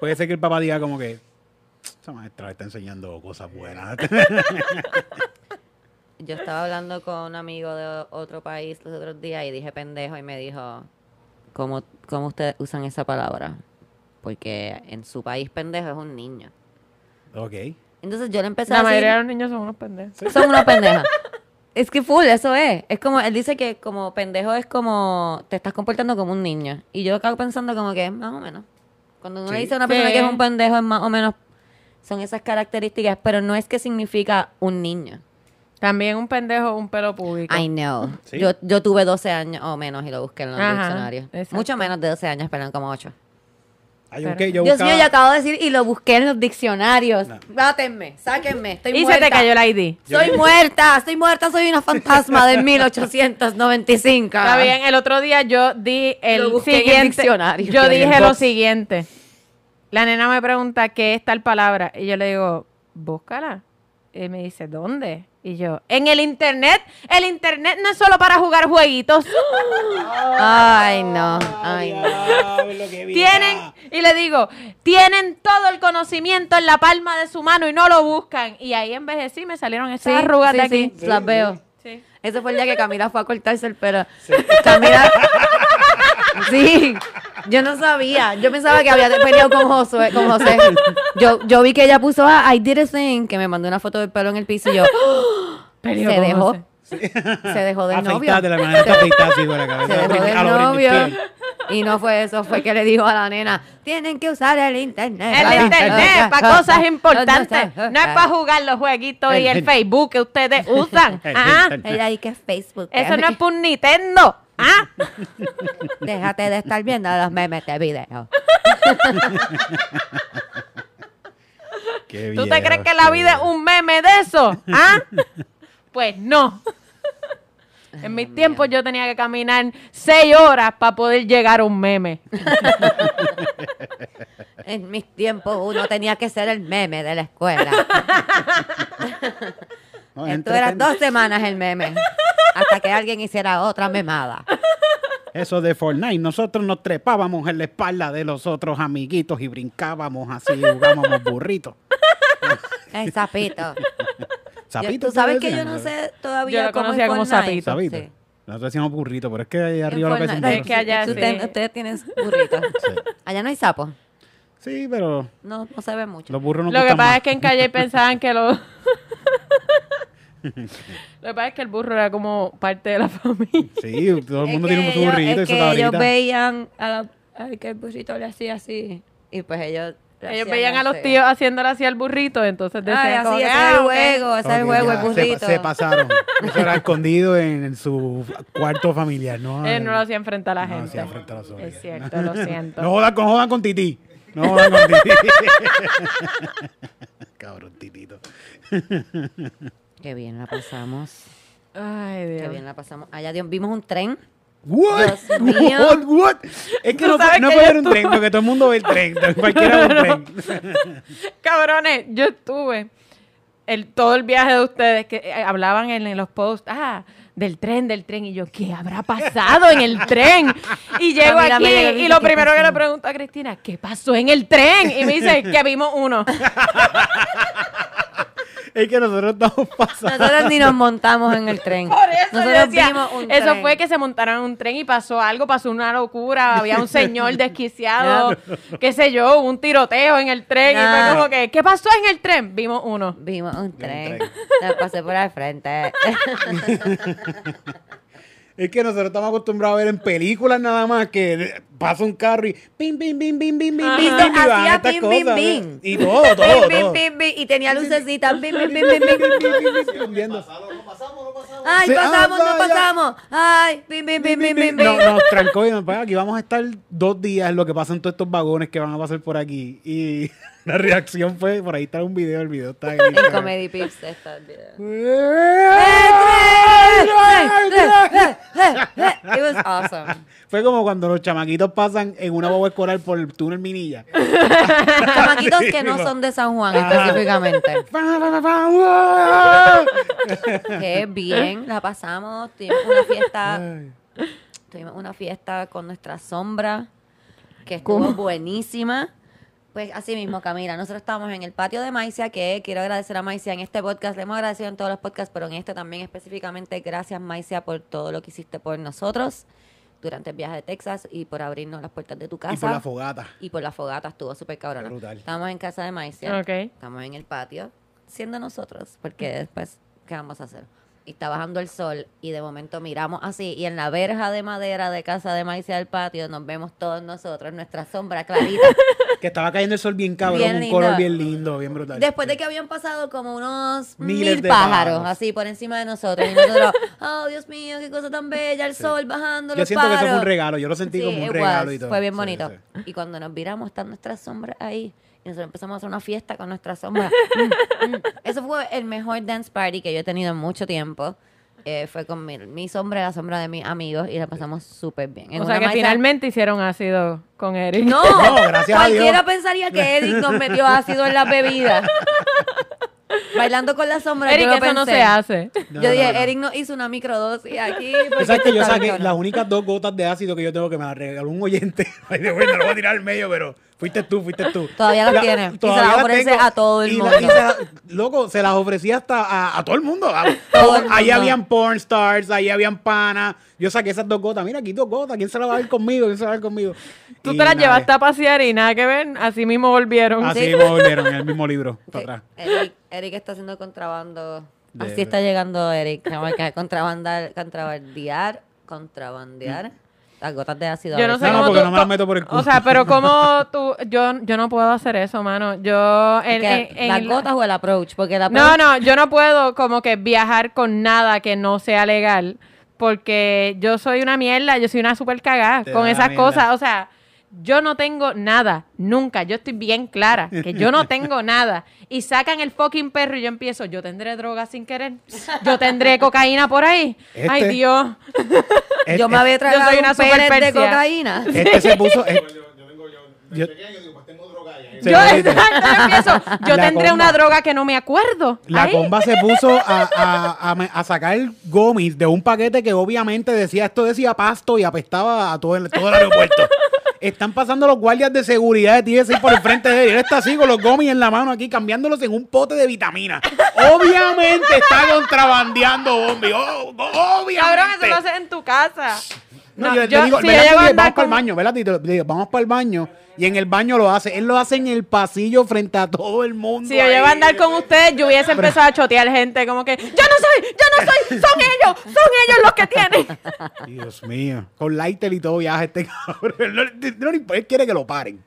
S3: puede ser que el papá diga como que esa maestra le está enseñando cosas buenas.
S1: Yo estaba hablando con un amigo de otro país los otros días y dije pendejo y me dijo, ¿cómo, cómo ustedes usan esa palabra? Porque en su país pendejo es un niño.
S3: ok.
S1: Entonces yo le empecé
S2: La
S1: a decir...
S2: mayoría de los niños son unos pendejos.
S1: Son una pendeja. Es que full, eso es. Es como, él dice que como pendejo es como, te estás comportando como un niño. Y yo acabo pensando como que, más o menos. Cuando uno le
S3: Sí.
S1: dice a una persona
S2: Sí.
S1: que es un pendejo, es más o menos. Son esas características, pero no es que significa un niño.
S2: También un pendejo, un pelo público.
S1: I know.
S4: Sí.
S1: Yo, yo tuve 12 años o menos y lo busqué en los
S2: Ajá,
S1: diccionarios.
S2: exacto.
S1: Mucho menos de 12 años, pero como 8.
S4: Hay un
S2: Pero-
S4: que yo
S1: Dios
S4: buscaba-
S1: mío, yo acabo de decir y lo busqué en los diccionarios. Bátenme, sáquenme. Estoy
S2: y se
S1: muerta.
S2: te cayó el ID.
S1: Soy muerta, estoy muerta, soy una fantasma del 1895.
S2: Está bien, el otro día yo di el
S1: Ah. Lo busqué en el
S2: siguiente.
S1: diccionario.
S2: Yo
S1: Pero en el
S2: dije lo
S1: box.
S2: siguiente. La nena me pregunta qué es tal palabra. Y yo le digo, búscala. Y me dice, ¿dónde? Y yo, en el internet. El internet no es solo para jugar jueguitos.
S1: Ay, no, ay, no.
S4: Diablo, qué vida.
S2: Tienen, y le digo, tienen todo el conocimiento en la palma de su mano y no lo buscan. Y ahí envejecí, me salieron esas
S1: Sí,
S2: arrugas
S1: sí,
S2: de
S1: sí,
S2: aquí.
S1: las veo.
S2: Sí.
S1: Ese fue el día que Camila fue a cortarse el pelo. Camila. Sí, yo no sabía. Yo pensaba que había peleado con José. Con José. Yo, yo vi que ella puso ah, I did a thing, que me mandó una foto del pelo en el piso y yo.
S2: Peleó
S1: se
S2: con
S1: dejó.
S2: José.
S1: Se dejó del novio.
S4: Afeitátela, hermana, te afeitas así con la
S1: Se
S4: cabeza.
S1: dejó del
S4: A lo Britney
S1: novio.
S4: Spears.
S1: Y no fue eso, fue que le dijo a la nena, tienen que usar el internet. Ah,
S2: El internet para cosas importantes. No es para jugar los jueguitos y el Facebook que ustedes usan.
S4: El
S2: Ah,
S4: internet.
S1: Ella dice que es Facebook.
S2: Eso no es por un Nintendo. Ah,
S1: Déjate de estar viendo los memes de video.
S4: Qué
S2: ¿Tú te
S4: viejo,
S2: crees que la
S4: qué
S2: vida es
S4: viejo.
S2: un meme de eso? ¿Ah? Pues no. En mis tiempos yo tenía que caminar seis horas para poder llegar a un meme.
S1: En mis tiempos uno tenía que ser el meme de la escuela.
S3: No, es
S1: Tú eras
S3: entretenido.
S1: dos semanas el meme. Hasta que alguien hiciera otra memada.
S3: Eso de Fortnite, nosotros nos trepábamos en la espalda de los otros amiguitos y brincábamos así, jugábamos burritos.
S1: El sapito. Yo-
S3: Sapito,
S1: Tú sabes que
S3: decían?
S1: yo no sé
S2: Yo
S1: todavía
S2: lo
S1: cómo es
S2: conocía como
S1: Fortnite.
S2: sapito.
S3: Sapito.
S1: Sí.
S3: Nosotros decíamos burrito, pero es que ahí arriba
S1: En
S3: lo que es un
S1: Fortnite-
S2: Es que allá
S1: Tú
S2: sí.
S1: ten- Ustedes tienen burritos.
S3: burro.
S1: Allá no hay sapos.
S3: Sí, pero
S1: No, no se ve mucho.
S3: los burros no
S2: Lo que
S3: gustan
S2: pasa
S3: más.
S2: es que en calle pensaban que lo... Lo que pasa es que el burro era como parte de la familia.
S3: Sí, todo el mundo
S1: Es que
S3: tiene su burrito
S1: ellos-
S3: y
S1: es
S3: su
S1: que
S3: tablita.
S1: ellos veían a la- al que el burrito le hacía así. Y pues ellos... le
S2: Ellos
S1: hacían
S2: veían a los
S1: ese.
S2: tíos haciéndole así al burrito, entonces decían
S1: Ay,
S2: como
S1: así,
S2: que,
S1: ese
S2: "Ah,
S1: es el
S2: ok".
S1: juego, ese es el
S3: Ok,
S1: juego, el
S3: ya, se-
S1: burrito.
S3: Se, pasaron. Eso era escondido en, en su cuarto familiar, ¿no?
S2: Eh, no lo hacían frente a la
S3: No lo
S2: gente.
S3: hacían frente a los
S2: es
S3: hombres.
S2: cierto, lo siento.
S3: No jodan con, jodan con Titi. No jodan con Titi. Cabrón, Titito.
S1: Qué bien la pasamos.
S2: Ay,
S1: Qué
S2: Dios.
S1: bien la pasamos. Allá Dios, vimos un tren.
S3: What?
S1: Dios mío.
S3: What? What? Es que
S2: Tú
S3: no,
S2: sabes
S3: puede- no
S2: que
S3: puede
S2: yo
S3: haber un tren, porque todo el mundo ve el tren. Cualquiera ve un tren.
S2: Cabrones, yo estuve el, todo el viaje de ustedes que eh, hablaban en, en los posts, ah, del tren, del tren, y yo, ¿qué habrá pasado en el tren? Y llego
S1: Camila
S2: aquí
S1: me llegó y
S2: y
S1: dice,
S2: lo
S1: "¿Qué
S2: primero que
S1: pasó?".
S2: le pregunto a Cristina, ¿qué pasó en el tren? Y me dice, que vimos uno.
S3: Es que nosotros estamos pasando.
S1: Nosotros ni nos montamos en el tren.
S2: Por eso yo
S1: Nosotros
S2: decía,
S1: vimos un
S2: eso
S1: tren.
S2: fue que se montaron en un tren y pasó algo, pasó una locura, había un señor desquiciado, qué sé yo, hubo un tiroteo en el tren y
S1: No.
S2: fue como que, ¿qué pasó en el tren? Vimos uno.
S1: Vimos un tren.
S3: tren.
S1: Nos pasé por al frente.
S3: Es que nosotros estamos acostumbrados a ver en películas nada más que pasa un carro y pim, pim, pim, pim, pim, pim, pim,
S1: Hacía
S3: pim, y van estas
S1: pim, pim,
S3: cosas,
S1: pim.
S3: ¿eh? Y todo, todo,
S1: Pim, pim,
S3: todo.
S1: pim, pim, y tenía lucecitas. Pim, pim, pim, pim, pim.
S3: Viendo.
S1: Ay,
S3: Sí, ah,
S1: pasamos,
S3: no,
S1: no
S3: ya.
S1: pasamos. Ay, pim, pim, pim, pim, pim.
S3: No,
S1: pim.
S3: nos trancó y nos pues, aquí vamos a estar dos días en lo que pasan todos estos vagones que van a pasar por aquí. Y la reacción fue, por ahí está un video, el video está en
S1: En
S3: Instagram.
S1: Comedy Pips está el video. It was awesome.
S3: Fue como cuando los chamaquitos pasan en una boba escolar por el túnel Minilla.
S1: Chamaquitos que no son de San Juan específicamente. Qué bien, la pasamos. Tuvimos una fiesta, tuvimos una fiesta con nuestra sombra, que estuvo buenísima. Pues así mismo, Camila, nosotros estábamos en el patio de Maicia, que quiero agradecer a Maicia en este podcast. Le hemos agradecido en todos los podcasts, pero en este también específicamente. Gracias, Maicia, por todo lo que hiciste por nosotros durante el viaje de Texas y por abrirnos las puertas de tu casa.
S3: Y por la fogata.
S1: Y por la fogata estuvo súper cabrona.
S3: Qué brutal.
S1: Estábamos en casa de Maicia.
S2: Ok.
S1: Estamos en el patio, siendo nosotros, porque después, ¿qué vamos a hacer? y está bajando el sol y de momento miramos así y en la verja de madera de casa de Maicia del patio nos vemos todos nosotros, nuestra sombra clarita.
S3: Que estaba cayendo el sol bien cabrón,
S1: Bien
S3: un
S1: lindo.
S3: color bien lindo, bien brutal.
S1: Después de que habían pasado como unos
S3: Miles
S1: mil
S3: de
S1: pájaros,
S3: pájaros.
S1: así por encima de nosotros y nosotros, oh Dios mío, qué cosa tan bella, el sol bajando
S3: Yo
S1: los
S3: siento que eso fue un
S1: pájaros".
S3: regalo, yo lo sentí
S1: Sí,
S3: como
S1: it
S3: un regalo
S1: was.
S3: y todo.
S1: Fue bien
S3: Sí,
S1: bonito.
S3: sí.
S1: Y cuando nos viramos, están nuestras sombras ahí. Y nosotros empezamos a hacer una fiesta con nuestras sombras. Mm, mm. Eso fue el mejor dance party que yo he tenido en mucho tiempo. Eh, fue con mi, mi sombra y la sombra de mis amigos y la pasamos súper bien. En
S2: o sea
S1: una
S2: que
S1: mesa-
S2: finalmente hicieron ácido con Eric.
S1: No,
S3: No, gracias a Dios.
S1: cualquiera pensaría que Eric nos metió ácido en las bebidas. Bailando con la sombra,
S2: Eric,
S1: yo lo
S2: eso no
S1: pensé.
S2: se hace.
S3: No,
S1: yo
S3: no,
S1: dije,
S3: no.
S1: Eric nos hizo una microdosis aquí.
S3: Tú
S1: porque
S3: sabes
S1: esto
S3: que yo
S1: está
S3: saqué
S1: cabrón.
S3: las únicas dos gotas de ácido que yo tengo que me las regaló un oyente. Ay, de bueno, lo voy a tirar al medio, pero fuiste tú, fuiste tú.
S1: Todavía las
S3: La-
S1: tiene. Y se
S3: todavía
S1: las ofrece
S3: tengo.
S1: a todo el
S3: Y la-
S1: mundo.
S3: y se la- loco, se las ofrecía hasta a, a todo el mundo. A-
S1: Todo el
S3: Ahí
S1: mundo.
S3: habían porn stars, ahí habían pana. Yo saqué esas dos gotas. Mira, aquí dos gotas. ¿Quién se la va a ver conmigo? ¿Quién se la va a ver conmigo?
S2: Tú
S3: Y
S2: te las
S3: Ah, nada,
S2: llevaste a pasear y nada que ver. Así mismo volvieron.
S3: Así
S1: Sí.
S3: mismo volvieron en el mismo libro. para
S1: Sí,
S3: atrás.
S1: Eric, Eric está haciendo contrabando.
S3: De-
S1: Así está llegando Eric. tenemos que contrabandar, contrabandear, contrabandear. Las gotas de ácido.
S2: Yo
S1: a
S2: no sé
S1: veces.
S3: No, no,
S2: cómo
S3: porque
S2: tú-
S3: no me las meto por el
S2: O
S3: culo.
S2: sea, pero cómo tú... Yo, yo no puedo hacer eso, mano. Yo... En,
S1: Que
S2: en- en
S1: las
S2: la-
S1: gotas o el approach, porque el approach
S2: No, no, yo no puedo como que viajar con nada que no sea legal, porque yo soy una mierda, yo soy una super cagada
S3: Te
S2: con
S3: da
S2: esas
S3: mierda.
S2: cosas, o sea, yo no tengo nada, nunca, yo estoy bien clara, que yo no tengo nada, y sacan el fucking perro y yo empiezo, yo tendré droga sin querer, yo tendré cocaína por ahí, ay
S3: Este-
S2: Dios,
S3: Es-
S1: yo me
S3: es-
S1: había tragado
S2: soy una
S1: un pellet de
S2: superpersia.
S1: cocaína.
S3: Este se puso. es- Yo- pues Se
S2: yo,
S3: jodiste.
S2: exacto, yo empiezo, yo
S3: La
S2: tendré
S3: comba.
S2: una droga que no me acuerdo,
S3: La
S2: Ay,
S3: comba se puso a, a- a me- a sacar gomis de un paquete que obviamente decía esto decía pasto y apestaba a todo el, todo el aeropuerto. Están pasando los guardias de seguridad de TSI por el frente de él. Y él está así con los gomis en la mano aquí, cambiándolos en un pote de vitamina. Obviamente está contrabandeando gomis. Oh, oh, obviamente.
S2: cabrón, eso lo haces en tu casa.
S3: No,
S2: No,
S3: yo, le
S2: yo-
S3: digo,
S2: si
S3: ¿verdad?
S2: yo
S3: Yo
S2: llego a
S3: le digo,
S2: andar
S3: vamos para el
S2: con-
S3: baño, ¿verdad? Tito? Le digo, vamos para el baño. Y en el baño lo hace. Él lo hace en el pasillo frente a todo el mundo.
S2: Si yo
S3: ahí.
S2: llevo a andar con ustedes, yo hubiese empezado a chotear gente como que, yo no soy, yo no soy, son ellos, son ellos los que tienen.
S3: Dios mío. Con lighter y todo viaja este cabrón. No, le- no le importa, él quiere que lo paren.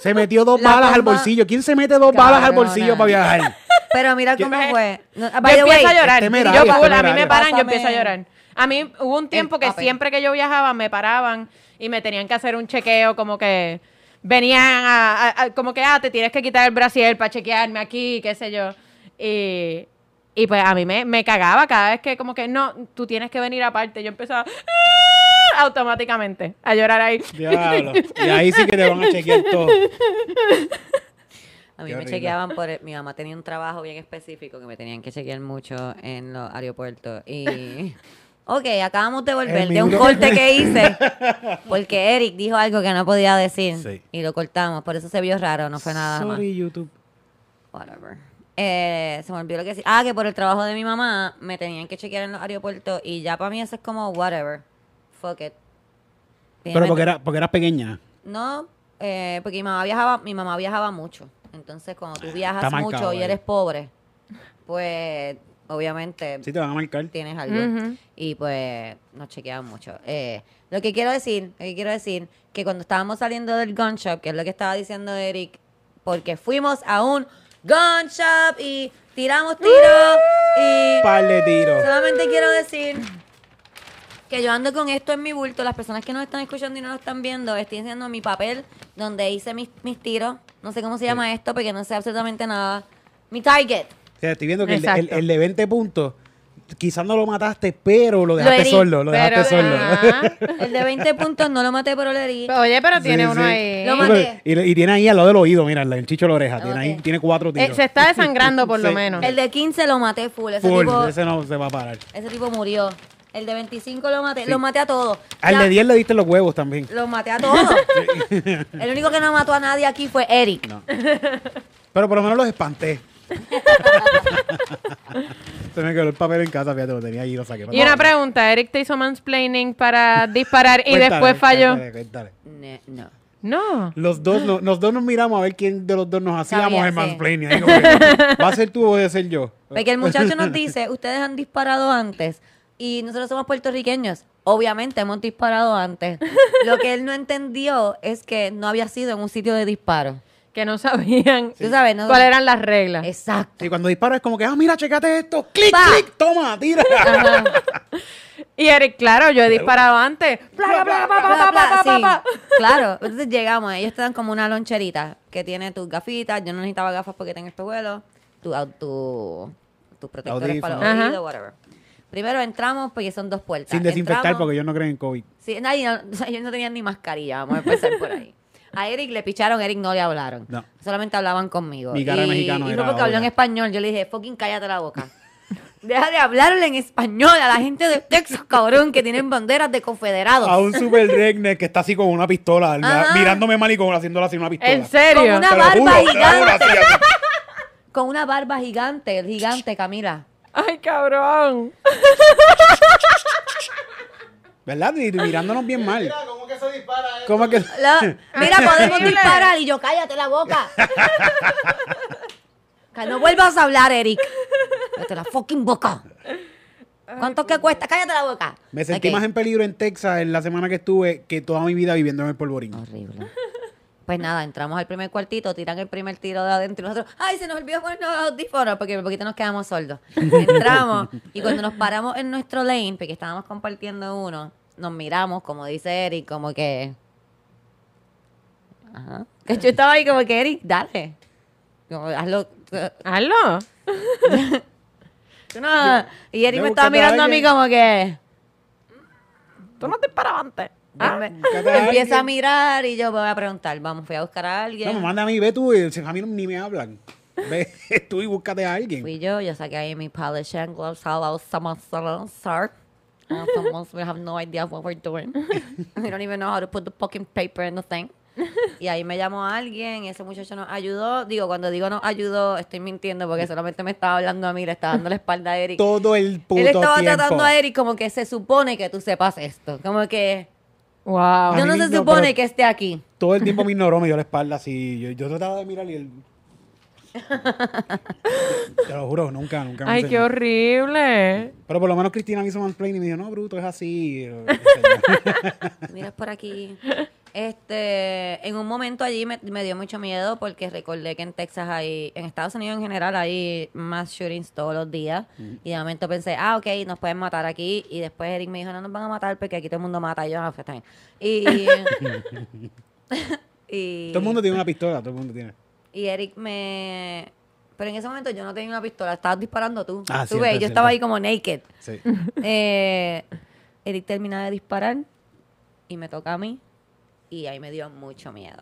S3: Se metió dos
S1: La
S3: balas al
S1: bomba-
S3: bolsillo. ¿Quién se mete dos balas al
S1: Cabrona.
S3: bolsillo para viajar?
S1: Pero mira cómo
S2: Yo-
S1: fue. No, Ah, by
S2: Yo
S1: the way,
S2: empiezo a llorar.
S3: es
S2: Yo
S3: temerario, es
S1: este
S2: full, a mí me
S3: temerario.
S2: paran, yo
S1: Pásame
S2: empiezo a llorar. A mí hubo un tiempo que
S1: papel.
S2: siempre que yo viajaba me paraban y me tenían que hacer un chequeo como que venían a, a- a- como que, ah, te tienes que quitar el brasier para chequearme aquí, qué sé yo. Y, y pues a mí me, me cagaba cada vez que como que, no, tú tienes que venir aparte. Yo empezaba "Ah", automáticamente a llorar ahí.
S3: Diablo. Y ahí sí que te van a chequear todo.
S1: A mí
S3: Qué
S1: me
S3: horrible.
S1: chequeaban por... el- mi mamá tenía un trabajo bien específico que me tenían que chequear mucho en los aeropuertos. Y... Ok, acabamos de volver
S3: El
S1: de un
S3: minuto-
S1: corte que hice porque Eric dijo algo que no podía decir
S3: Sí.
S1: y lo cortamos. Por eso se vio raro, no fue nada más.
S3: Sorry, YouTube.
S1: Whatever. Eh, se me olvidó lo que decía. Ah, que por el trabajo de mi mamá me tenían que chequear en los aeropuertos y ya para mí eso es como whatever. Fuck it.
S3: Pero porque, era, porque eras pequeña.
S1: No, eh, porque mi mamá viajaba, mi mamá viajaba mucho. Entonces, cuando tú viajas
S3: está marcado
S1: mucho y
S3: ahí.
S1: eres pobre, pues obviamente
S3: Sí, te van a marcar.
S1: tienes algo.
S2: Ujú.
S1: Y pues nos chequeaban mucho. Eh, lo que quiero decir, lo que quiero decir, que cuando estábamos saliendo del gun shop, que es lo que estaba diciendo Eric, porque fuimos a un gun shop y tiramos tiros y
S3: Par de tiros.
S1: Solamente quiero decir que yo ando con esto en mi bulto. Las personas que nos están escuchando y no nos están viendo, estoy haciendo mi papel donde hice mis, mis tiros. No sé cómo se llama esto porque no sé absolutamente nada. Mi target.
S3: O sea, estoy viendo que el, de- el,
S2: Exacto.
S3: el de 20 puntos, quizás no lo mataste, pero lo dejaste
S1: herí, ah,
S3: solo. Lo dejaste
S2: pero-
S3: solo.
S2: ajá.
S1: El de 20 puntos no lo maté por olerí.
S2: Oye, pero tiene
S3: Sí,
S2: uno
S3: sí.
S2: ahí.
S1: Lo maté.
S3: Y, y tiene ahí al lado del oído, mira, el chicho de la oreja. Tiene, ahí,
S1: maté.
S3: tiene cuatro
S2: Eh,
S3: tiros.
S2: se está desangrando por lo
S3: Sí.
S2: menos.
S1: El de 15 lo maté full. Ese,
S3: Full,
S1: tipo,
S3: ese no se va a parar.
S1: ese tipo murió. El de 25 lo maté.
S3: Sí.
S1: Lo maté a todos.
S3: Al
S1: Ya,
S3: de 10 le diste los huevos también.
S1: Lo maté a todos. El único que no mató a nadie aquí fue Eric.
S3: No. Pero por lo menos los espanté. se me quedó el papel en casa, fíjate, lo tenía ahí, lo saqué.
S2: Y una pregunta, Eric te hizo mansplaining para disparar y
S3: Cuéntale,
S2: después falló.
S3: cuéntale, cuéntale.
S1: Ne- no.
S2: No.
S3: Los dos, no- los dos nos miramos a ver quién de los dos nos hacíamos
S1: Sabía,
S3: el
S1: sí.
S3: mansplaining. Ahí como que, ¿Va a ser tú o voy a ser yo?
S1: Porque Pues el muchacho nos dice, ustedes han disparado antes y nosotros somos puertorriqueños. Obviamente hemos disparado antes. Lo que él no entendió es que no había sido en un sitio de disparo.
S2: Que no sabían
S1: Tú sabes, no-
S2: cuáles eran las reglas.
S1: Exacto.
S3: Y cuando disparo es como que, ah, mira, checate esto. Clic,
S1: Pa.
S3: clic, toma, tira.
S1: Ajá.
S2: Y Eric, claro, yo he disparado antes. Placa, placa, pa, pa,
S1: Bla,
S2: pa,
S1: bla,
S2: pa, pa,
S1: sí.
S2: pa.
S1: Claro. Entonces llegamos, ellos te dan como una loncherita que tiene tus gafitas. Yo no necesitaba gafas porque tengo espejuelos. Tu, au- tu, tus protectores para los
S2: Audífonos.
S1: oídos, whatever. Primero entramos porque son dos puertas.
S3: Sin desinfectar
S1: Entramos-
S3: porque ellos no creen en COVID.
S1: Sí, nadie, no- o sea, ellos no tenían ni mascarilla, vamos a empezar por ahí. A Eric le picharon, Eric no le hablaron.
S3: No.
S1: Solamente hablaban conmigo.
S3: Mi cara de
S1: y,
S3: mexicano
S1: y
S3: era
S1: fue porque habló en
S3: obvia.
S1: español. Yo le dije, fucking cállate la boca. Deja de hablarle en español a la gente de Texas, cabrón, que tienen banderas de confederados.
S3: A un super redneck que está así con una pistola,
S1: Ajá.
S3: mirándome mal y con, haciéndola así una pistola.
S2: En serio.
S1: Con una
S3: Te lo
S1: barba
S3: juro, te lo juro,
S1: gigante.
S3: así, así.
S1: Con una barba gigante, el gigante, Camila.
S2: Ay, cabrón.
S3: ¿Verdad? Y mirándonos bien mal.
S5: Mira, ¿cómo que se dispara esto?
S3: ¿Cómo es que...?
S1: La- mira, podemos
S2: Horrible.
S1: disparar y yo, cállate la boca. Que no vuelvas a hablar, Eric. Cállate la fucking boca. ¿Cuánto que cuesta? Cállate la boca.
S3: Me sentí
S1: Ok.
S3: más en peligro en Texas en la semana que estuve que toda mi vida viviendo en el polvorín.
S1: Horrible. Pues nada, entramos al primer cuartito, tiran el primer tiro de adentro y nosotros, ¡ay, se nos olvidó ponernos los audífonos! Porque por poquito nos quedamos sordos. Entramos y cuando nos paramos en nuestro lane, porque estábamos compartiendo uno, nos miramos, como dice Eric, como que... Ajá. Que yo estaba ahí como que, Eric, dale. Como, hazlo... tú
S2: Hazlo.
S1: no". Y Eric
S3: yo
S1: me estaba
S3: buscando a
S1: mirando a mí
S3: alguien.
S1: como que...
S2: Tú no te disparabas antes.
S1: me-
S3: Búscate a
S1: "Ah, empieza a
S3: alguien.
S1: mirar y yo me voy a preguntar, vamos, fui a buscar a alguien.
S3: No, me manda a mí, ve tú, y a mí ni me hablan. Ve tú y búscate a alguien.
S1: Fui yo, yo saqué ahí mi polish and gloves, hello, someone, someone, sir. Uh, someone, we have no idea what we're doing. we don't even know how to put the fucking paper in the thing. Y ahí me llamó alguien, ese muchacho nos ayudó. Digo, cuando digo nos ayudó, estoy mintiendo porque solamente me estaba hablando a mí, le estaba dando la espalda a Eric.
S3: Todo el puto
S1: Él estaba
S3: tiempo.
S1: tratando a Eric como que se supone que tú sepas esto. Como que
S2: Wow.
S3: mí
S1: yo no se
S3: mismo,
S1: supone
S3: pero-
S1: que esté aquí.
S3: Todo el tiempo me ignoró, me dio la espalda así. Yo, yo trataba de mirar y él... Te lo juro, nunca, nunca. me
S2: Ay,
S3: hice-
S2: qué horrible.
S3: Pero por lo menos Cristina me hizo mansplaining y me dijo, no, Bruto, es así.
S1: Mira es por aquí. Este, en un momento allí me, me dio mucho miedo porque recordé que en Texas hay, en Estados Unidos en general hay más shootings todos los días. Y de momento pensé, ah, ok, nos pueden matar aquí. Y después Eric me dijo, no nos van a matar porque aquí todo el mundo mata. Y yo, ah, pues está bien. Y, y,
S3: Todo el mundo tiene una pistola, todo el mundo tiene.
S1: y Eric me... Pero en ese momento yo no tenía una pistola, estabas disparando tú.
S3: Ah,
S1: tú
S3: cierto,
S1: ves, yo estaba
S3: cierto.
S1: ahí como naked.
S3: Sí.
S1: Eh, Eric termina de disparar y me toca a mí. Y ahí me dio mucho miedo.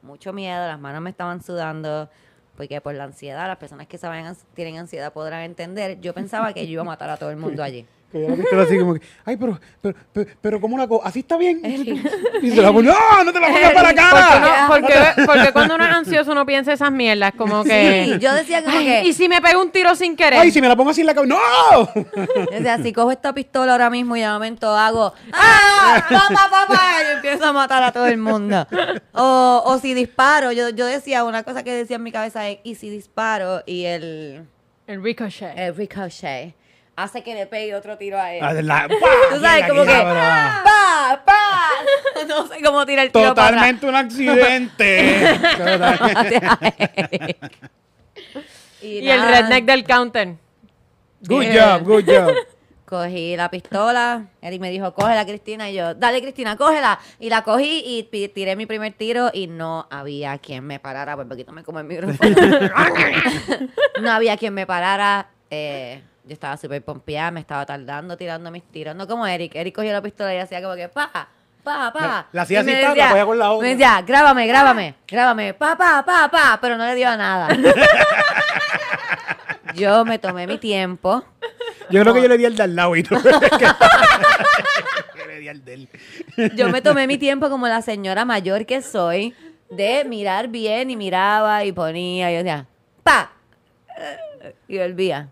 S1: Mucho miedo, las manos me estaban sudando. Porque por la ansiedad, las personas que saben, ans- tienen ansiedad podrán entender. Yo pensaba que yo iba a matar a todo el mundo allí.
S3: Que yo la pistola así como que, ay, pero, pero, pero, pero ¿cómo la co ¿Así está bien? Y se la pone, ¡no, no te la pongas para la
S2: Porque,
S3: cara!
S2: no- porque- porque cuando uno es ansioso uno piensa esas mierdas, como que...
S1: Sí, yo decía como
S2: Ay,
S1: que-
S2: Y si me pego un tiro sin querer.
S3: ¡Ay, si me la pongo así en la cabeza! ¡No!
S1: O sea, si cojo esta pistola ahora mismo y de momento hago ¡Ah! ¡Pa, pa, pa, pa! Y empiezo a matar a todo el mundo. O, o si disparo. Yo, yo decía, una cosa que decía en mi cabeza es, ¿y si disparo? Y el...
S2: El ricochet.
S1: el ricochet hace que le pegue otro tiro a él.
S3: Ah, de la- ¡Pah!
S1: Tú sabes,
S3: Mira,
S1: como
S3: aquí,
S1: que "Ah,
S3: cabrón.
S1: ¡pa! ¡pa! No sé cómo tirar el tiro
S3: Totalmente un accidente. Total.
S1: para atrás.
S2: y el
S1: nada,
S2: redneck del counter.
S3: Good
S1: Yeah.
S3: job, good job.
S1: Cogí la pistola, Eric me dijo, cógela Cristina, y yo, dale Cristina, cógela. Y la cogí y pi- tiré mi primer tiro y no había quien me parara, por poquito me como el micrófono. no había quien me parara. eh, yo estaba súper pompeada, me estaba tardando tirando mis tiros. No como Eric, Eric cogió la pistola y hacía como que, pa, pa, pa.
S3: La hacía
S1: Y me
S3: así, pa, la
S1: decía-
S3: cogía con la otra.
S1: Me decía, grábame, grábame, grábame, pa, pa, pa, pa, pero no le dio a nada. yo me tomé mi tiempo.
S3: Yo creo que yo le di al de al lado y tú. Yo le di al de él.
S1: Yo me tomé mi tiempo como la señora mayor que soy de mirar bien y miraba y ponía y yo decía, pa, y volvía.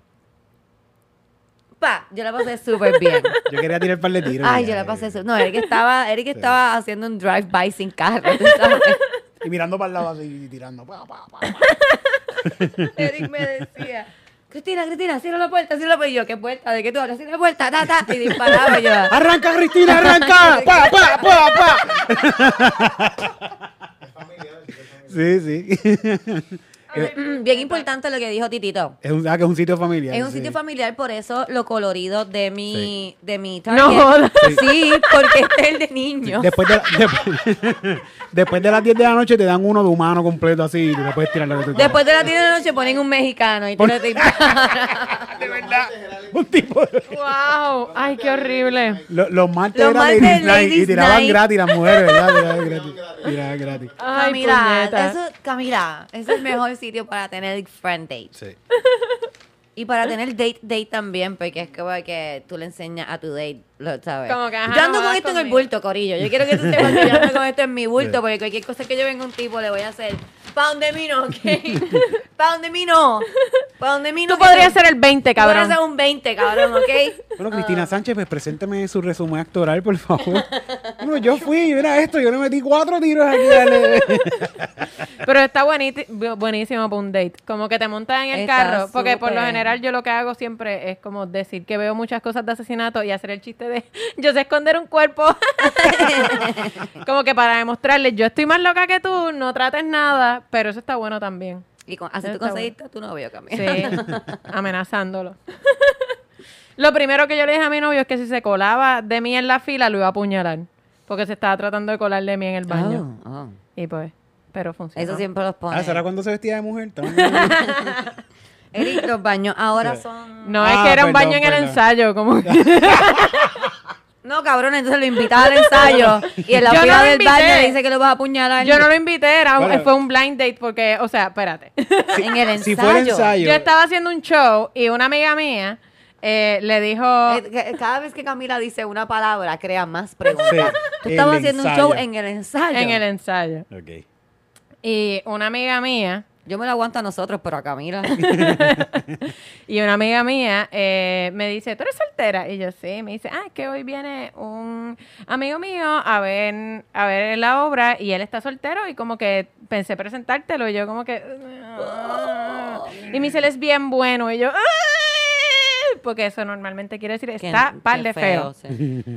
S1: pa. Yo la pasé súper bien.
S4: Yo quería tirar un par de tiros.
S1: Ay, yo la
S3: eh.
S1: pasé súper No, Eric estaba, Eric estaba haciendo un drive-by sin carro, tú sabes.
S3: Y mirando para el lado así y tirando. pa, pa, pa, pa.
S1: Eric me decía, Cristina, Cristina, cierra la puerta, cierra la puerta. Y yo, ¿qué puerta? ¿De qué tú hablas? Cierra la puerta, ta, ta. Y disparaba yo.
S3: ¡Arranca, Cristina, arranca! ¡Pa, pa, pa, pa! Sí, sí.
S1: "Mm, Bien importante lo que dijo Titito.
S3: Es un, ah, que es un sitio familiar.
S1: Es un sitio
S3: sí.
S1: familiar, por eso lo colorido de mi, de mi
S2: No
S1: target.
S2: jodas.
S1: Sí, porque este es el de niños.
S3: Después de, la- después, después de las 10 de la noche te dan uno de humano completo así y te puedes tirar lo que tú quieras.
S1: Después de la tienda de noche ponen un mexicano y tú le disparas.
S3: de verdad. Un tipo de-
S2: ¡Wow! ¡Ay, qué horrible!
S3: Lo- los martes
S1: Los
S3: era
S1: martes
S3: Ladies Night y
S1: Ladies
S3: tiraban
S1: Night.
S3: gratis las mujeres, ¿verdad? Tiraban gratis. Tiraban gratis.
S2: ¡Ay,
S1: Camila,
S2: puñeta.
S1: eso, Camila, ese es el mejor sitio para tener friend date.
S4: Sí.
S1: Y para tener date date también, porque es como que tú le enseñas a tu date, lo sabes.
S2: Como que, ajá,
S1: yo ando con
S2: no vas
S1: esto en el
S2: conmigo.
S1: bulto, Corillo. Yo quiero que tú sepas que yo ando con esto en mi bulto, porque cualquier cosa que yo venga un tipo le voy a hacer. Pa' donde mí no, ¿ok? Pa' donde mí no. Pa' donde mí no.
S2: Tú podrías ser el 20, cabrón.
S1: Tú podrías ser un 20, cabrón, ¿ok?
S3: Bueno, Cristina Sánchez, pues preséntame su resumen actoral, por favor. Bueno, yo fui, mira esto, yo le metí cuatro tiros aquí. dale.
S2: Pero está bueniti- bu- buenísimo para un date. Como que te montas en el
S1: Está
S2: carro. Porque por lo
S1: súper.
S2: general yo lo que hago siempre es como decir que veo muchas cosas de asesinato y hacer el chiste de yo sé esconder un cuerpo. como que para demostrarles yo estoy más loca que tú, no trates nada. Pero eso está bueno también.
S1: Y con- así tú
S2: Está bueno.
S1: conseguiste a tu novio, Camila.
S2: Sí, amenazándolo. Lo primero que yo le dije a mi novio es que si se colaba de mí en la fila lo iba a apuñalar. Porque se estaba tratando de colar de mí en el baño.
S1: Oh, oh.
S2: Y pues, pero funcionó.
S1: Eso siempre los pone.
S4: Ah, ¿será cuando se vestía de mujer? También.
S1: Eric, los baños ahora son...
S2: No, es
S4: Ah,
S2: que era un
S4: perdón,
S2: baño en el
S4: perdón.
S2: ensayo, como
S1: No, cabrón, entonces lo invitaba al ensayo y en la
S2: Yo no
S1: fila
S2: lo
S1: del
S2: invité.
S1: baño le dice que lo vas a apuñalar.
S2: yo no lo invité, era un-
S4: Bueno.
S2: fue un blind date porque, o sea, espérate.
S1: en el ensayo.
S4: Si fuera ensayo.
S2: Yo estaba haciendo un show y una amiga mía eh, le dijo,
S1: Eh, que- Cada vez que Camila dice una palabra, crea más preguntas.
S4: Sí,
S1: Tú
S4: el
S1: estabas haciendo un show
S4: ensayo.
S1: en el ensayo.
S2: en el ensayo.
S4: Ok.
S2: Y una amiga mía,
S1: Yo me lo aguanto a nosotros, pero a Camila.
S2: y una amiga mía eh, me dice, ¿tú eres soltera? Y yo sí, me dice, ah, es que hoy viene un amigo mío a ver, a ver la obra y él está soltero y como que pensé presentártelo y yo como que... "Ah". Y me dice, él es bien bueno y yo... "Ah", Porque eso normalmente quiere decir,
S1: Qué-
S2: está par
S1: qué
S2: de feo.
S1: sí.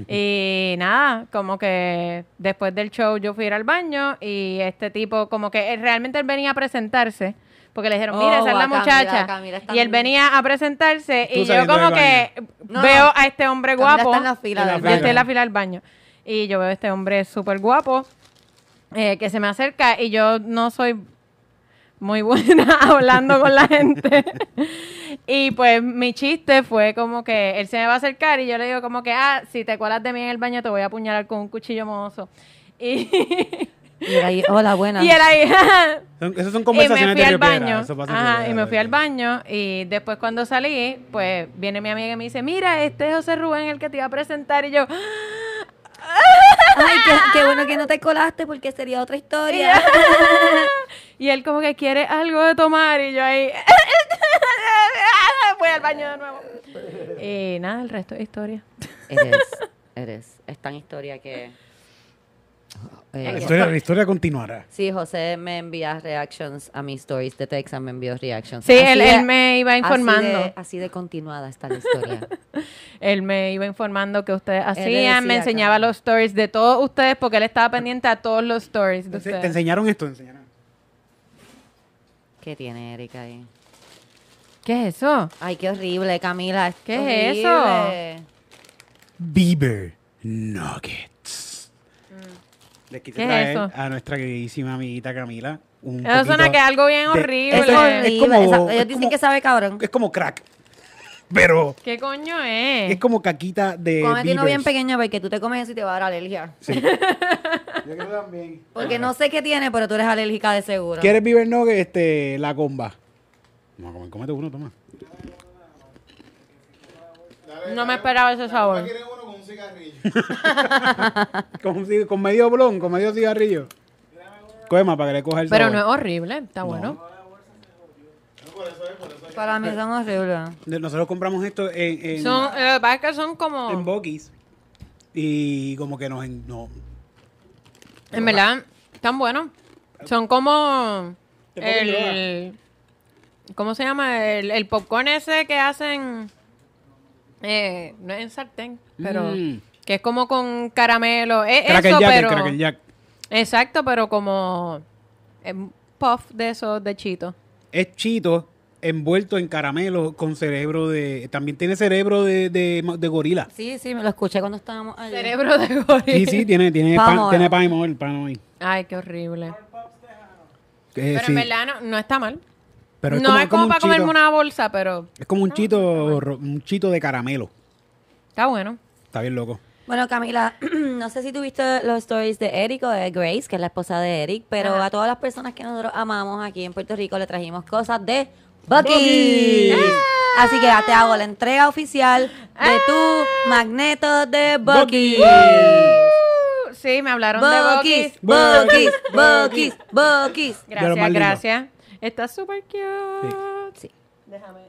S2: Y nada, como que después del show yo fui a ir al baño y este tipo, como que él- realmente él venía a presentarse. Porque le dijeron,
S1: Oh,
S2: mira, esa es la
S1: guaca,
S2: muchacha.
S1: mira, Camila está
S2: y él
S1: en-
S2: venía a presentarse
S4: Tú
S2: y yo
S4: saliendo
S2: como
S4: del
S2: que
S1: No,
S2: veo
S1: no.
S2: a este hombre
S1: Camila
S2: guapo.
S1: está en la fila
S4: En la
S1: del
S2: yo estoy en
S1: baño.
S2: la fila del baño. Y yo veo a este hombre súper guapo eh, que se me acerca y yo no soy muy buena hablando con la gente. y pues mi chiste fue como que él se me va a acercar y yo le digo como que, ah, si te cuelas de mí en el baño te voy a apuñalar con un cuchillo mohoso. Y,
S1: Y era ahí, hola, buenas.
S2: y él ahí,
S4: Son- esas son
S2: y me
S4: conversaciones
S2: fui
S4: de
S2: al
S4: Río Piedra,
S2: baño.
S4: eso pasa en Río
S2: Ajá,
S4: Piedra,
S2: y me fui
S4: ¿verdad?
S2: al baño y después cuando salí, pues viene mi amiga y me dice, mira, este es José Rubén el que te iba a presentar y yo,
S1: Ay, qué, qué bueno que no te colaste porque sería otra historia.
S2: y él como que quiere algo de tomar y yo ahí voy al baño de nuevo. Y nada, el resto es historia.
S1: eres, eres. Es tan historia que... Eh,
S4: La historia, la historia continuará.
S1: Sí, José me envía reactions a mis stories de Texas, me envió reactions.
S2: Sí,
S1: Así
S2: él,
S1: de-
S2: él me iba informando.
S1: Así de, así de continuada está la historia.
S2: Él me iba informando que ustedes
S1: le
S2: hacían, me
S1: decía,
S2: enseñaba
S1: cabrón.
S2: los stories de todos ustedes porque él estaba pendiente a todos los stories de
S3: Te, te
S2: ustedes.
S3: enseñaron esto, te enseñaron.
S1: ¿Qué tiene Erika ahí?
S2: ¿Qué es eso?
S1: Ay, qué horrible, Camila.
S2: ¿Qué
S1: ¿Qué es
S2: es eso?
S1: horrible.
S4: Bieber Nuggets. Les quise
S2: Mm. ¿Qué es
S4: traer
S2: eso?
S4: a nuestra queridísima amiguita Camila. Un
S2: Eso suena
S4: poquito
S2: que es algo bien
S4: de-
S2: horrible.
S1: Es horrible.
S4: es como-
S1: Esa-
S4: es
S1: ellos dicen
S4: como-
S1: que sabe cabrón.
S4: Es como crack. Pero
S2: ¿Qué coño es?
S4: es como caquita de.
S1: Cómete uno bien
S4: Biebers.
S1: pequeño porque tú te comes eso y te va a dar alergia.
S3: Yo creo también.
S1: Porque no sé qué tiene, pero tú eres alérgica de seguro.
S4: ¿Quieres Bieber Nuggets? Este, la comba. No, come- cómete uno, toma.
S2: no me esperaba ese sabor.
S4: Con, un cig- con medio blon, con medio cigarrillo. Coema para que le coja el
S2: Pero no es
S4: sabor.
S2: horrible, está bueno.
S1: Para mí son horribles.
S3: Nosotros compramos esto en, en,
S2: Son, eh, lo que pasa es que son
S3: en
S2: como.
S3: Buc-ee's. Y como que nos... en- no.
S2: En verdad, están buenos. Son como.
S3: Te pongo
S2: El. ¿Cómo se llama? El, el popcorn ese que hacen. Eh, no es en sartén, pero.
S3: Mm.
S2: Que es como con caramelo. Es
S3: Cracker
S2: eso,
S3: Jack, el
S2: pero.
S3: Cracker Jack.
S2: Exacto, pero como. eh, puff de esos de chito.
S3: Es chito envuelto en caramelo con cerebro de... También tiene cerebro de, de, de gorila.
S1: Sí, sí, me lo escuché cuando estábamos allí.
S2: Cerebro de gorila.
S3: Sí, sí, tiene, tiene,
S1: Pan
S3: pan,
S1: Mora.
S3: tiene pan y mole, pan hoy.
S2: Ay, qué horrible.
S3: Eh,
S2: Pero
S3: sí,
S2: en verdad no, no está mal.
S3: pero
S2: no es como,
S3: un
S2: para comerme
S3: chito-
S2: una Ah. bolsa, pero
S3: Es como un chito, ro- un chito de caramelo.
S2: está bueno.
S3: Está bien loco.
S1: Bueno, Camila, no sé si tuviste los stories de Eric o de Grace, que es la esposa de Eric, pero a todas las personas que nosotros amamos aquí en Puerto Rico le trajimos cosas de Bucky. Ah.
S3: Bucky.
S1: Así que ya te hago la entrega oficial de tu magneto de Ah. Bucky.
S2: Uh, Sí, me hablaron de
S1: Bucky's,
S2: Bucky's.
S1: Bucky's, Bucky's, Bucky's.
S3: De lo
S2: Gracias,
S3: más lindo.
S2: gracias. Está súper cute.
S1: Sí.
S2: Déjame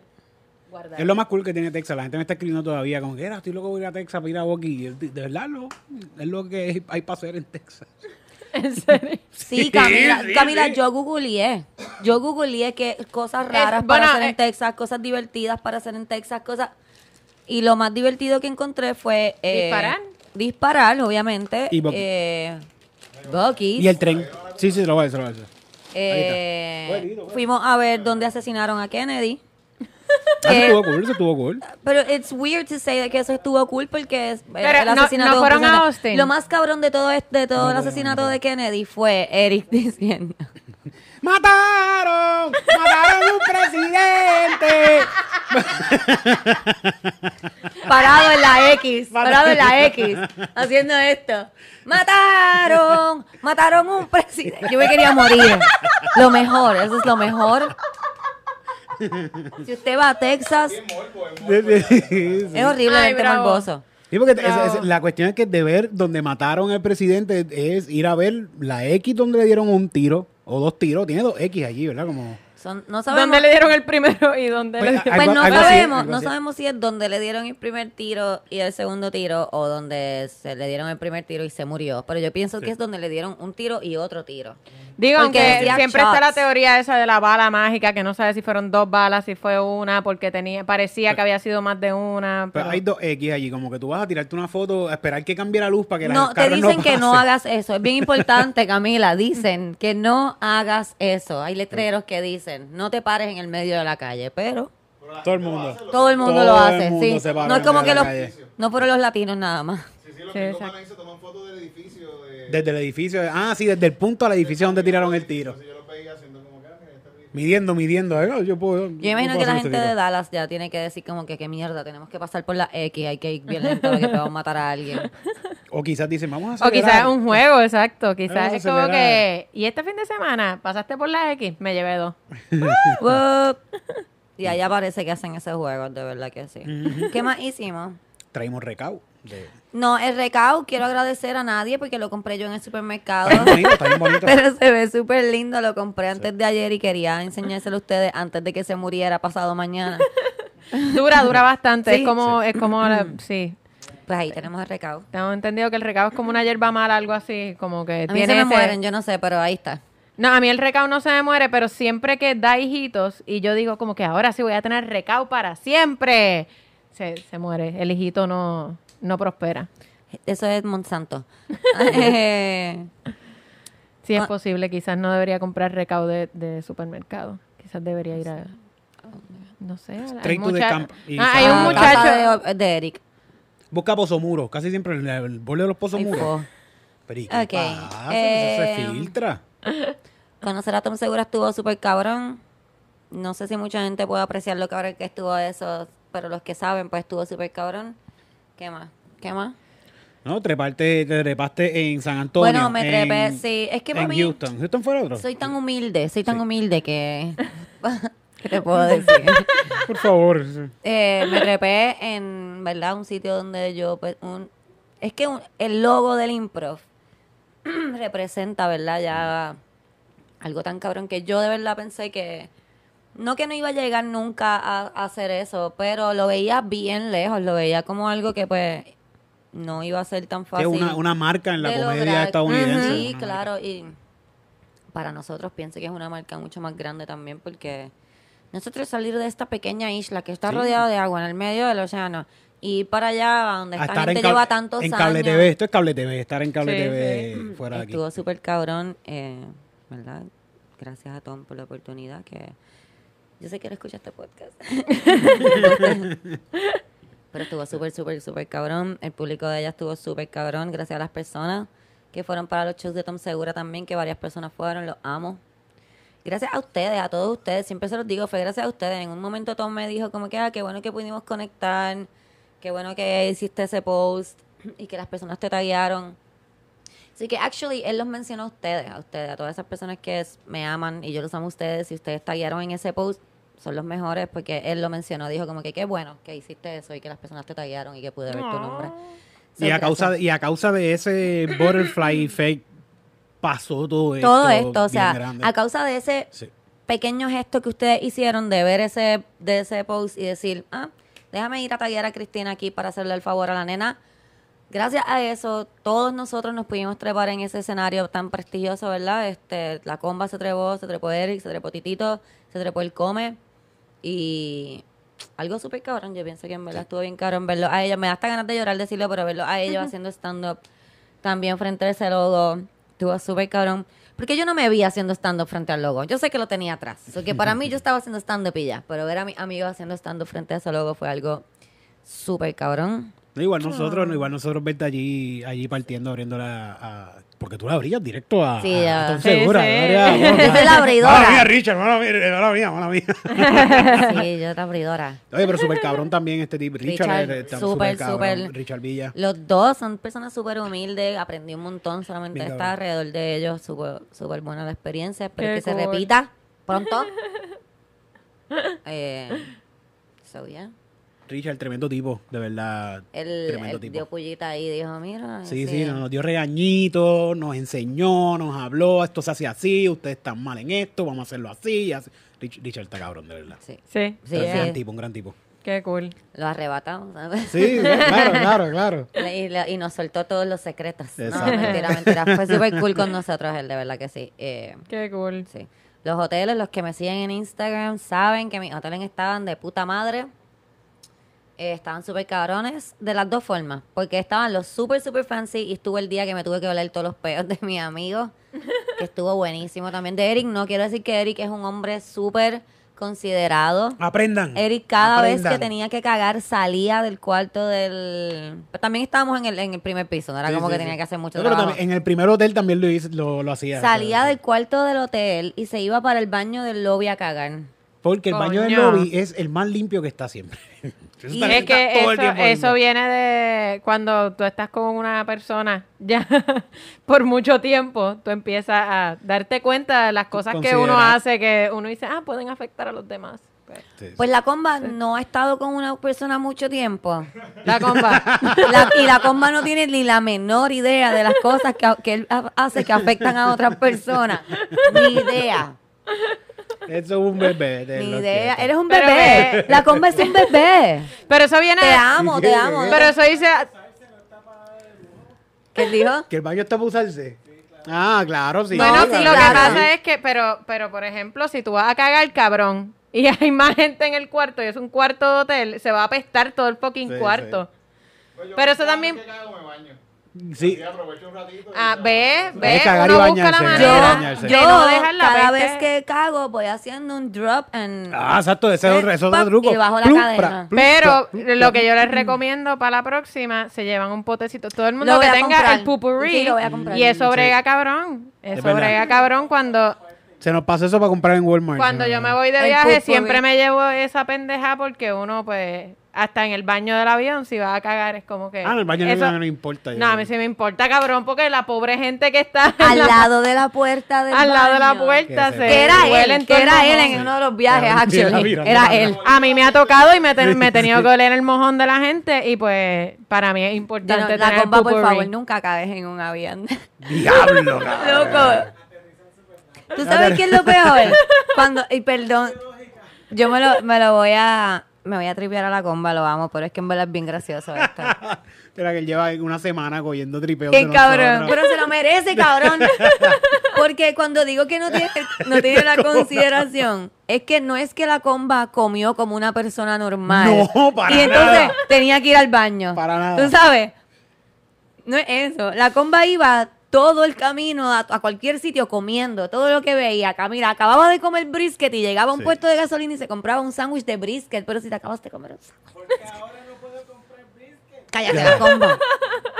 S2: guardar.
S3: Es lo más cool que tiene Texas. La gente me está escribiendo todavía como que era, estoy loco por ir a Texas para ir a Boqui. De de verdad, lo, es lo que hay para hacer en Texas.
S2: En serio.
S1: Sí, Camila, Camila, yo googleé. Yo googleé que cosas raras
S2: bueno,
S1: para hacer en
S2: eh,
S1: Texas, cosas divertidas para hacer en Texas, cosas... Y lo más divertido que encontré fue... eh,
S2: Disparar.
S1: Disparar, obviamente.
S3: Y Bucky.
S1: Eh, Bucky.
S3: Y el tren. Sí, sí, se lo voy a decir, se lo voy a decir.
S1: Eh, Fuimos a ver dónde asesinaron a Kennedy.
S3: Ah, Eso
S1: Eh,
S3: estuvo cool, eso estuvo cool.
S1: Pero it's weird to say que eso estuvo cool porque es- eh,
S2: Pero
S1: el
S2: no-
S1: asesinato
S2: no
S1: de un
S2: fueron a
S1: presidente.
S2: Austin.
S1: Lo más cabrón de todo, este, de todo el asesinato de Kennedy fue Eric diciendo...
S3: ¡Mataron! ¡Mataron a un presidente!
S1: Parado en la X, parado en la X, haciendo esto. Mataron, mataron un presidente. Yo me quería morir. Lo mejor, eso es lo mejor. Si usted va a Texas, es
S2: Ay,
S1: horriblemente
S2: bravo.
S1: morboso.
S3: Sí, porque
S2: Bravo.
S3: es- es- la cuestión es que de ver donde mataron al presidente es ir a ver la X donde le dieron un tiro o dos tiros. Tiene dos X allí, ¿verdad? Como...
S1: Son- no sabemos,
S2: ¿Dónde le dieron el primero y dónde
S3: Pues,
S2: le dieron?
S1: pues
S3: Algo-
S1: no
S3: algo así,
S1: sabemos,
S3: algo
S1: no
S3: así.
S1: sabemos si es donde le dieron el primer tiro y el segundo tiro o donde se le dieron el primer tiro y se murió. Pero yo pienso que es donde le dieron un tiro y otro tiro.
S3: ah,
S2: Digo,
S1: Porque
S2: aunque
S1: decía
S2: siempre está la
S1: shots.
S2: teoría esa de la bala mágica, que no sabe si fueron dos balas, si fue una, porque tenía parecía que había sido más de una.
S3: Pero
S2: pero-
S3: hay dos X allí, como que tú vas a tirarte una foto, a esperar que cambie la luz para que la
S1: No, te
S3: carros
S1: dicen que no
S3: pasen.
S1: hagas eso. Es bien importante, Camila. Dicen que no hagas eso. Hay letreros que dicen, no te pares en el medio de la calle, pero
S3: Todo el mundo.
S1: todo el mundo
S3: Todo
S1: lo
S3: el
S1: hace.
S3: mundo
S1: sí.
S3: se para
S1: No es
S3: en
S1: como
S3: medio
S1: que los...
S3: de la calle.
S1: No por los latinos nada más.
S5: Sí, sí, los
S2: Sí,
S5: que
S2: exacto.
S5: toman ahí se toman fotos del edificio. De...
S3: Desde el edificio. Ah, sí, desde el punto al edificio donde tiraron el tiro.
S5: Yo los veía haciendo como que, ah, mira, este video.
S3: Midiendo, midiendo. eh, yo puedo.
S1: Yo imagino que la gente de Dallas ya tiene que decir como que qué mierda, tenemos que pasar por la X, hay que ir bien lento porque te vamos a matar a alguien.
S3: O quizás dicen, vamos a
S2: O quizás un juego, exacto. Quizás
S3: Vamos a
S2: es como
S3: acelerar.
S2: que. Y este fin de semana pasaste por la X, me llevé dos.
S1: Whoop. Y allá parece que hacen ese juego, de verdad que sí. ¿Qué más hicimos?
S3: Traímos recao. de-
S1: No, el recao quiero agradecer a nadie porque lo compré yo en el supermercado.
S3: Está bien bonito, está bien bonito.
S1: Pero se ve súper lindo, lo compré antes de ayer y quería enseñárselo a ustedes antes de que se muriera pasado mañana.
S2: Dura, dura bastante.
S1: Sí.
S2: Es como. Es como la- sí.
S1: Pues ahí tenemos el recao.
S2: Tengo entendido que el recado es como una hierba mala, algo así. Como que
S1: A mí
S2: tiene.
S1: se me
S2: ese-
S1: mueren, yo no sé, pero ahí está.
S2: No, a mí el recao no se me muere, pero siempre que da hijitos y yo digo como que ahora sí voy a tener recao para siempre, se, se muere. El hijito no, no prospera.
S1: Eso es Monsanto. Eh,
S2: Si es
S1: Ah.
S2: posible, quizás no debería comprar recao de, de supermercado. Quizás debería ir a... No sé. a la- Hay,
S3: Straight to the
S2: mucha-
S3: camp y-
S2: Ah, hay
S1: a
S2: un
S1: la
S2: muchacho...
S1: casa de, de Eric.
S3: Busca Pozomuro. Casi siempre el, el borde de los
S1: Ay, pues,
S3: Pozomuros.
S1: fo.
S3: Pero ¿y qué
S1: Ok,
S3: pasa? Eso
S1: eh,
S3: se filtra.
S1: Conocer a Tom Segura estuvo súper cabrón. No sé si mucha gente puede apreciar lo cabrón que estuvo eso, pero los que saben, pues estuvo súper cabrón. ¿Qué más? ¿Qué más?
S3: No, treparte, te trepaste en San Antonio.
S1: Bueno, me trepé,
S3: en-
S1: sí. Es que para
S3: en
S1: mí-
S3: Houston. Houston fue el otro.
S1: Soy tan humilde, soy tan humilde que... ¿Qué te puedo decir?
S3: Por favor. sí.
S1: Eh, me trepé en, ¿verdad? Un sitio donde yo... pues, un- es que un- el logo del improv representa, ¿verdad? Ya algo tan cabrón que yo de verdad pensé que no que no iba a llegar nunca a, a hacer eso, pero lo veía bien lejos, lo veía como algo que pues no iba a ser tan
S3: Que
S1: fácil.
S3: es una, una marca en la
S1: de
S3: comedia
S1: lograr.
S3: estadounidense.
S1: Ujú.
S3: una
S1: Sí,
S3: marca.
S1: claro, y para nosotros pienso que es una marca mucho más grande también porque nosotros salir de esta pequeña isla que está rodeada de agua en el medio del océano y para allá donde
S3: A
S1: esta
S3: estar en,
S1: gente
S3: cab-
S1: lleva tantos
S3: en
S1: años.
S3: cable TV. Esto es cable TV. Estar en cable
S2: Sí,
S3: TV fuera de aquí.
S1: Mm, Estuvo súper cabrón, eh, ¿verdad? Gracias a Tom por la oportunidad que... Yo sé que él escucha este podcast. Pero estuvo súper, súper, súper cabrón. El público de ella estuvo súper cabrón, gracias a las personas que fueron para los shows de Tom Segura también, que varias personas fueron, los amo. Gracias a ustedes, a todos ustedes, siempre se los digo, fue gracias a ustedes. En un momento Tom me dijo como que, ah, qué bueno que pudimos conectar, qué bueno que hiciste ese post y que las personas te taguearon. Así que, actually, él los mencionó a ustedes, a ustedes, a todas esas personas que es- me aman y yo los amo a ustedes. Si ustedes taguearon en ese post, son los mejores porque él lo mencionó. Dijo como que qué bueno que hiciste eso y que las personas te taguearon y que pude ver tu nombre. So,
S3: Y a,
S1: gracias.
S3: causa, y a causa de ese butterfly effect pasó todo esto.
S1: todo esto, o
S3: bien
S1: sea,
S3: grande.
S1: a causa de ese
S3: Sí.
S1: pequeño gesto que ustedes hicieron de ver ese, de ese post y decir, ah, déjame ir a taguear a Cristina aquí para hacerle el favor a la nena. Gracias a eso, todos nosotros nos pudimos trepar en ese escenario tan prestigioso, ¿verdad? Este, la comba se trepó, se trepó Eric, se trepó Titito, se trepó el Come. Y algo súper cabrón, yo pienso que en verdad estuvo bien cabrón verlo a ellos. Me da hasta ganas de llorar decirlo, pero verlo a ellos haciendo stand-up también frente a ese logo. Estuvo súper cabrón. Porque yo no me vi haciendo stand-up frente al logo. Yo sé que lo tenía atrás. So que para mí yo estaba haciendo stand-up y ya. Pero ver a mi amigo haciendo stand-up frente a ese logo fue algo súper cabrón.
S3: No, igual nosotros, no, igual nosotros verte allí, allí partiendo, abriéndola a, porque tú la abrías directo a,
S1: Sí,
S3: a- a
S1: ya.
S3: Tom
S2: Sí,
S3: Segura.
S2: sí.
S3: la abrías-
S1: Yo soy la
S3: Mala mía,
S1: abridora.
S3: Richard, mala mía, mala mía, mala mía.
S1: Sí, yo la abridora.
S3: Oye, pero súper cabrón también este tipo. Richard,
S1: Richard,
S3: eh, está
S1: súper,
S3: súper cabrón.
S1: súper.
S3: Richard Villa.
S1: Los dos son personas súper humildes. Aprendí un montón solamente de
S3: Bien,
S1: estar
S3: cabrón.
S1: alrededor de ellos. Súper súper buena la experiencia. Espero
S2: Qué
S1: que se
S2: cool.
S1: repita pronto. Eh, so, yeah.
S3: Richard, tremendo tipo, de verdad.
S1: Él,
S3: tremendo
S1: él
S3: tipo.
S1: dio pullita ahí y dijo, mira.
S3: Sí, sí,
S1: ese-
S3: nos nos dio regañitos, nos enseñó, nos habló, esto se hace así, ustedes están mal en esto, vamos a hacerlo así. y así. Rich- Richard está cabrón, de verdad.
S1: Sí,
S2: Sí,
S1: Sí,
S3: Pero un gran
S1: eh.
S3: tipo, un gran tipo.
S2: qué cool.
S1: lo arrebatamos, ¿sabes?
S3: Sí, sí, claro, claro, claro.
S1: Le- Y, le- y nos soltó todos los secretos. No,
S3: Exacto.
S1: mentira, mentira. Fue súper cool con nosotros él, de verdad que sí. Eh,
S2: Qué cool.
S1: sí. Los hoteles, los que me siguen en Instagram, saben que mis hoteles estaban de puta madre. Eh, estaban súper cabrones de las dos formas. Porque estaban los súper, súper fancy y estuvo el día que me tuve que oler todos los peos de mis amigos. Que estuvo buenísimo también. De Eric, no quiero decir que Eric es un hombre súper considerado.
S3: Aprendan.
S1: Eric cada vez que
S3: aprendan.
S1: tenía que cagar salía del cuarto del... Pero también estábamos en el, en el primer piso, no era
S3: Sí,
S1: como
S3: sí,
S1: que
S3: sí.
S1: tenía que hacer mucho
S3: No, pero
S1: trabajo.
S3: también en el primer hotel también lo, hice- lo, lo hacía.
S1: Salía
S3: Pero-
S1: del cuarto del hotel y se iba para el baño del lobby a cagar.
S3: Porque el baño del
S2: Coño.
S3: lobby es el más limpio que está siempre. Eso
S1: Y
S3: está-
S2: Es que
S3: está todo el
S2: eso,
S3: tiempo
S2: eso
S3: limpio.
S2: viene de cuando tú estás con una persona ya por mucho tiempo, tú empiezas a darte cuenta de las cosas que uno
S3: Considerar.
S2: hace, que uno dice, ah, pueden afectar a los demás. Pues,
S3: Sí, sí.
S1: Pues la comba no ha estado con una persona mucho tiempo.
S2: La compa.
S1: La- y la comba no tiene ni la menor idea de las cosas que, que él ha- hace que afectan a otras personas. Ni idea.
S3: Eso es un bebé. de
S1: Ni
S3: lo
S1: idea.
S3: que-
S1: Eres un
S2: Pero
S1: bebé.
S2: ve-
S1: La comba es un bebé.
S2: Pero eso viene
S1: Te amo, te amo.
S2: Pero eso dice, ah,
S1: ¿Qué dijo?
S3: Que el baño está para usarse. Ah, claro, sí.
S2: bueno,
S1: No,
S2: lo
S1: sí,
S2: que
S1: claro.
S2: pasa es que, pero, pero por ejemplo, si tú vas a cagar, cabrón, y hay más gente en el cuarto, y es un cuarto de hotel, se va a apestar todo el fucking
S3: Sí,
S2: cuarto.
S5: Pues yo
S2: Pero eso
S5: cada
S2: también-
S5: vez que cago me baño.
S3: Sí,
S5: Y aprovecho un ratito. y
S2: Ah,
S5: ya.
S2: ve,
S3: Hay
S2: ve,
S3: que cagar y
S2: uno busca la
S3: bañarse, hay que
S2: manera
S3: bañarse.
S2: de
S1: Yo,
S2: no dejar la
S1: cada
S2: peste.
S1: vez que cago, voy haciendo un drop en.
S3: Ah, exacto, ese es otro, ese es otro
S1: Pap,
S3: truco.
S1: y bajo la
S3: Plum,
S1: cadena.
S3: pra, plum,
S2: Pero
S3: pra, plum,
S2: lo que yo les recomiendo para la próxima, se llevan un potecito. Todo el mundo
S1: Lo voy
S2: que
S1: a
S2: tenga
S1: comprar.
S2: el pupurrí.
S1: Sí, lo voy a comprar.
S2: Y eso
S3: Sí.
S2: brega cabrón. Eso
S3: Es verdad.
S2: brega cabrón cuando,
S3: Se nos pasa eso para comprar en Walmart.
S2: cuando
S3: se
S2: yo
S3: nos-
S2: me voy de
S1: El
S2: viaje,
S1: pupurrí.
S2: siempre me llevo esa pendeja porque uno, pues, hasta en el baño del avión, si va a cagar, es como que.
S3: Ah, en el baño
S2: eso-
S3: no, no me importa. yo-
S2: No, a mí sí me importa, cabrón, porque la pobre gente que está en
S1: Al
S2: la-
S1: lado de la puerta del
S2: al lado de la
S1: baño.
S2: puerta
S3: Que se-
S1: Que era
S2: huelen
S1: él,
S2: todo
S1: que
S2: el
S1: era él
S2: mojón.
S1: en uno de los viajes,
S3: Mira,
S1: actually.
S3: mira,
S1: Era
S3: mira.
S1: él.
S2: A mí me ha tocado y me, he ten- me he tenido que oler el mojón de la gente y pues para mí es importante
S1: Yo no- la
S2: tener
S1: comba, por
S2: pupurrí.
S1: favor, nunca caes en un avión.
S3: Diablo, cabrón.
S1: Loco. ¿Tú sabes qué es lo peor? Cuando, y perdón, Yo me lo, me lo voy a. Me voy a tripear a la comba, lo amo, pero es que en verdad es bien gracioso esto.
S3: Era que él lleva una semana cogiendo tripeos. de
S1: Qué
S3: nosotros.
S1: cabrón. Pero se lo merece, cabrón. Porque cuando digo que no tiene, no tiene la consideración, es que no es que la comba comió como una persona normal.
S3: No, para
S1: Y entonces
S3: nada.
S1: tenía que ir al baño.
S3: Para nada.
S1: Tú sabes. No es eso. La comba iba todo el camino a, a cualquier sitio comiendo todo lo que veía. Acá, Mira, acababa de comer brisket y llegaba a un puesto de gasolina y se compraba un sándwich de brisket. Pero si te acabas de comer un sándwich. Porque ahora no puedo comprar brisket. Cállate, la comba.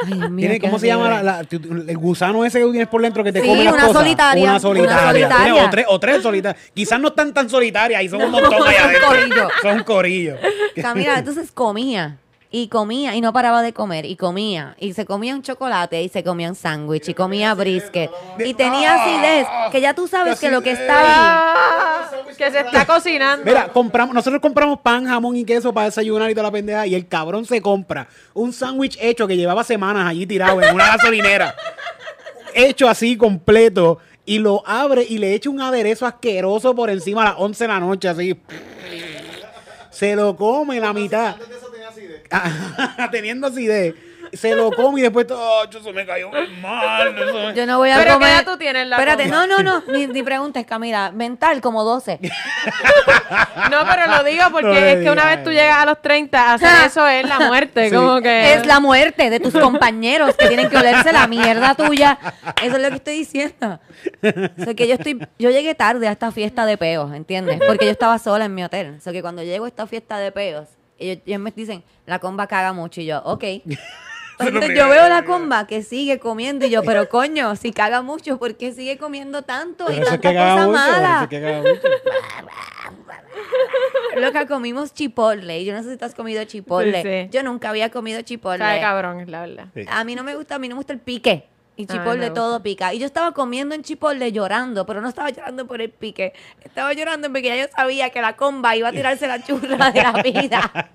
S1: Ay, Dios mío,
S3: Tiene-
S1: qué
S3: ¿Cómo se llama
S1: horrible.
S3: la- la- tu- tu- el gusano ese que tú tienes por dentro que te
S1: Sí,
S3: come las
S1: una
S3: cosas?
S1: solitaria,
S3: Una
S1: una
S3: solitaria.
S1: solitaria.
S3: Tiene- o, tres, o tres solitarias. Quizás no están tan solitarias y son un montón allá
S1: son
S3: adentro.
S1: corillo.
S3: Son un corillo.
S1: Camila, entonces comía y comía y no paraba de comer y comía y se comía un chocolate y se comía un sándwich y comía brisket y tenía acidez que ya tú sabes que lo que estaba ahí
S2: Ah, que se está cocinando.
S3: Mira, compramos, nosotros compramos pan, jamón y queso para desayunar y toda la pendeja. Y el cabrón se compra un sándwich hecho que llevaba semanas allí tirado en una gasolinera. hecho así completo. Y lo abre y le echa un aderezo asqueroso por encima a las 11 de la noche, así. Se lo come la mitad. Ah,
S5: Antes de eso tenía acidez.
S3: Teniendo acidez. Se lo come y después todo. "Ah, yo, eso me cayó mal. eso me-".
S1: yo no voy a
S2: ¿Pero qué
S1: comer.
S2: edad tú tienes, la
S1: Espérate,
S2: comida?
S1: no, no, no, ni, ni preguntes, Camila. Mental, como 12.
S2: No, pero lo digo porque
S3: No le
S2: es que una
S3: digas
S2: vez tú llegas a los 30, hacer eso es la muerte. Como que.
S1: Ah. Es la muerte de tus compañeros que tienen que olerse la mierda tuya. Eso es lo que estoy diciendo. O sea, que yo estoy, yo llegué tarde a esta fiesta de peos, ¿entiendes? Porque yo estaba sola en mi hotel. O sea, que cuando llego a esta fiesta de peos, ellos, ellos me dicen, la comba caga mucho. Y yo, ok. Entonces yo veo la comba que sigue comiendo y yo, pero coño, si caga mucho, ¿por qué sigue comiendo tanto y
S3: Pero eso
S1: tanta
S3: es que
S1: cosa
S3: caga mucho.
S1: mala?
S3: Eso es que caga mucho.
S1: Loca, comimos chipotle. Yo no sé si tú has comido chipotle.
S2: Sí, sí.
S1: Yo nunca había comido chipotle.
S2: Sabe cabrón, es la verdad.
S3: Sí.
S1: A mí no me gusta, a mí no me gusta el pique. Y
S2: Ah,
S1: Chipotle
S2: me gusta.
S1: todo pica. Y yo estaba comiendo en Chipotle llorando, pero no estaba llorando por el pique. Estaba llorando porque ya yo sabía que la comba iba a tirarse la churra de la vida.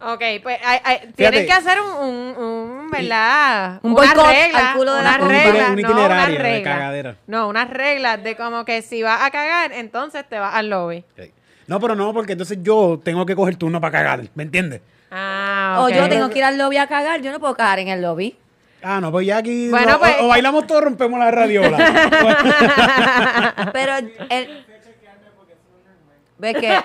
S2: Ok, pues hay- hay- tienen que hacer un, un, un, ¿verdad?
S1: Un
S2: Unas
S1: boicot
S2: reglas,
S1: al culo de la
S2: unas
S1: comida.
S2: reglas,
S3: Un
S2: no,
S3: itinerario
S2: unas
S3: de
S2: reglas.
S3: cagadera.
S2: No, unas reglas de como que si vas a cagar, entonces te vas al lobby.
S3: Ok. No, pero no, porque entonces yo tengo que coger turno para cagar, ¿me entiendes?
S2: Ah, ok.
S1: O yo tengo que ir al lobby a cagar. Yo no puedo cagar en el lobby.
S3: Ah, no, pues ya aquí
S2: Bueno,
S3: no,
S2: pues-
S1: eh,
S3: o, o bailamos todos, rompemos la radiola. Pues
S1: Pero el... ¿Ves que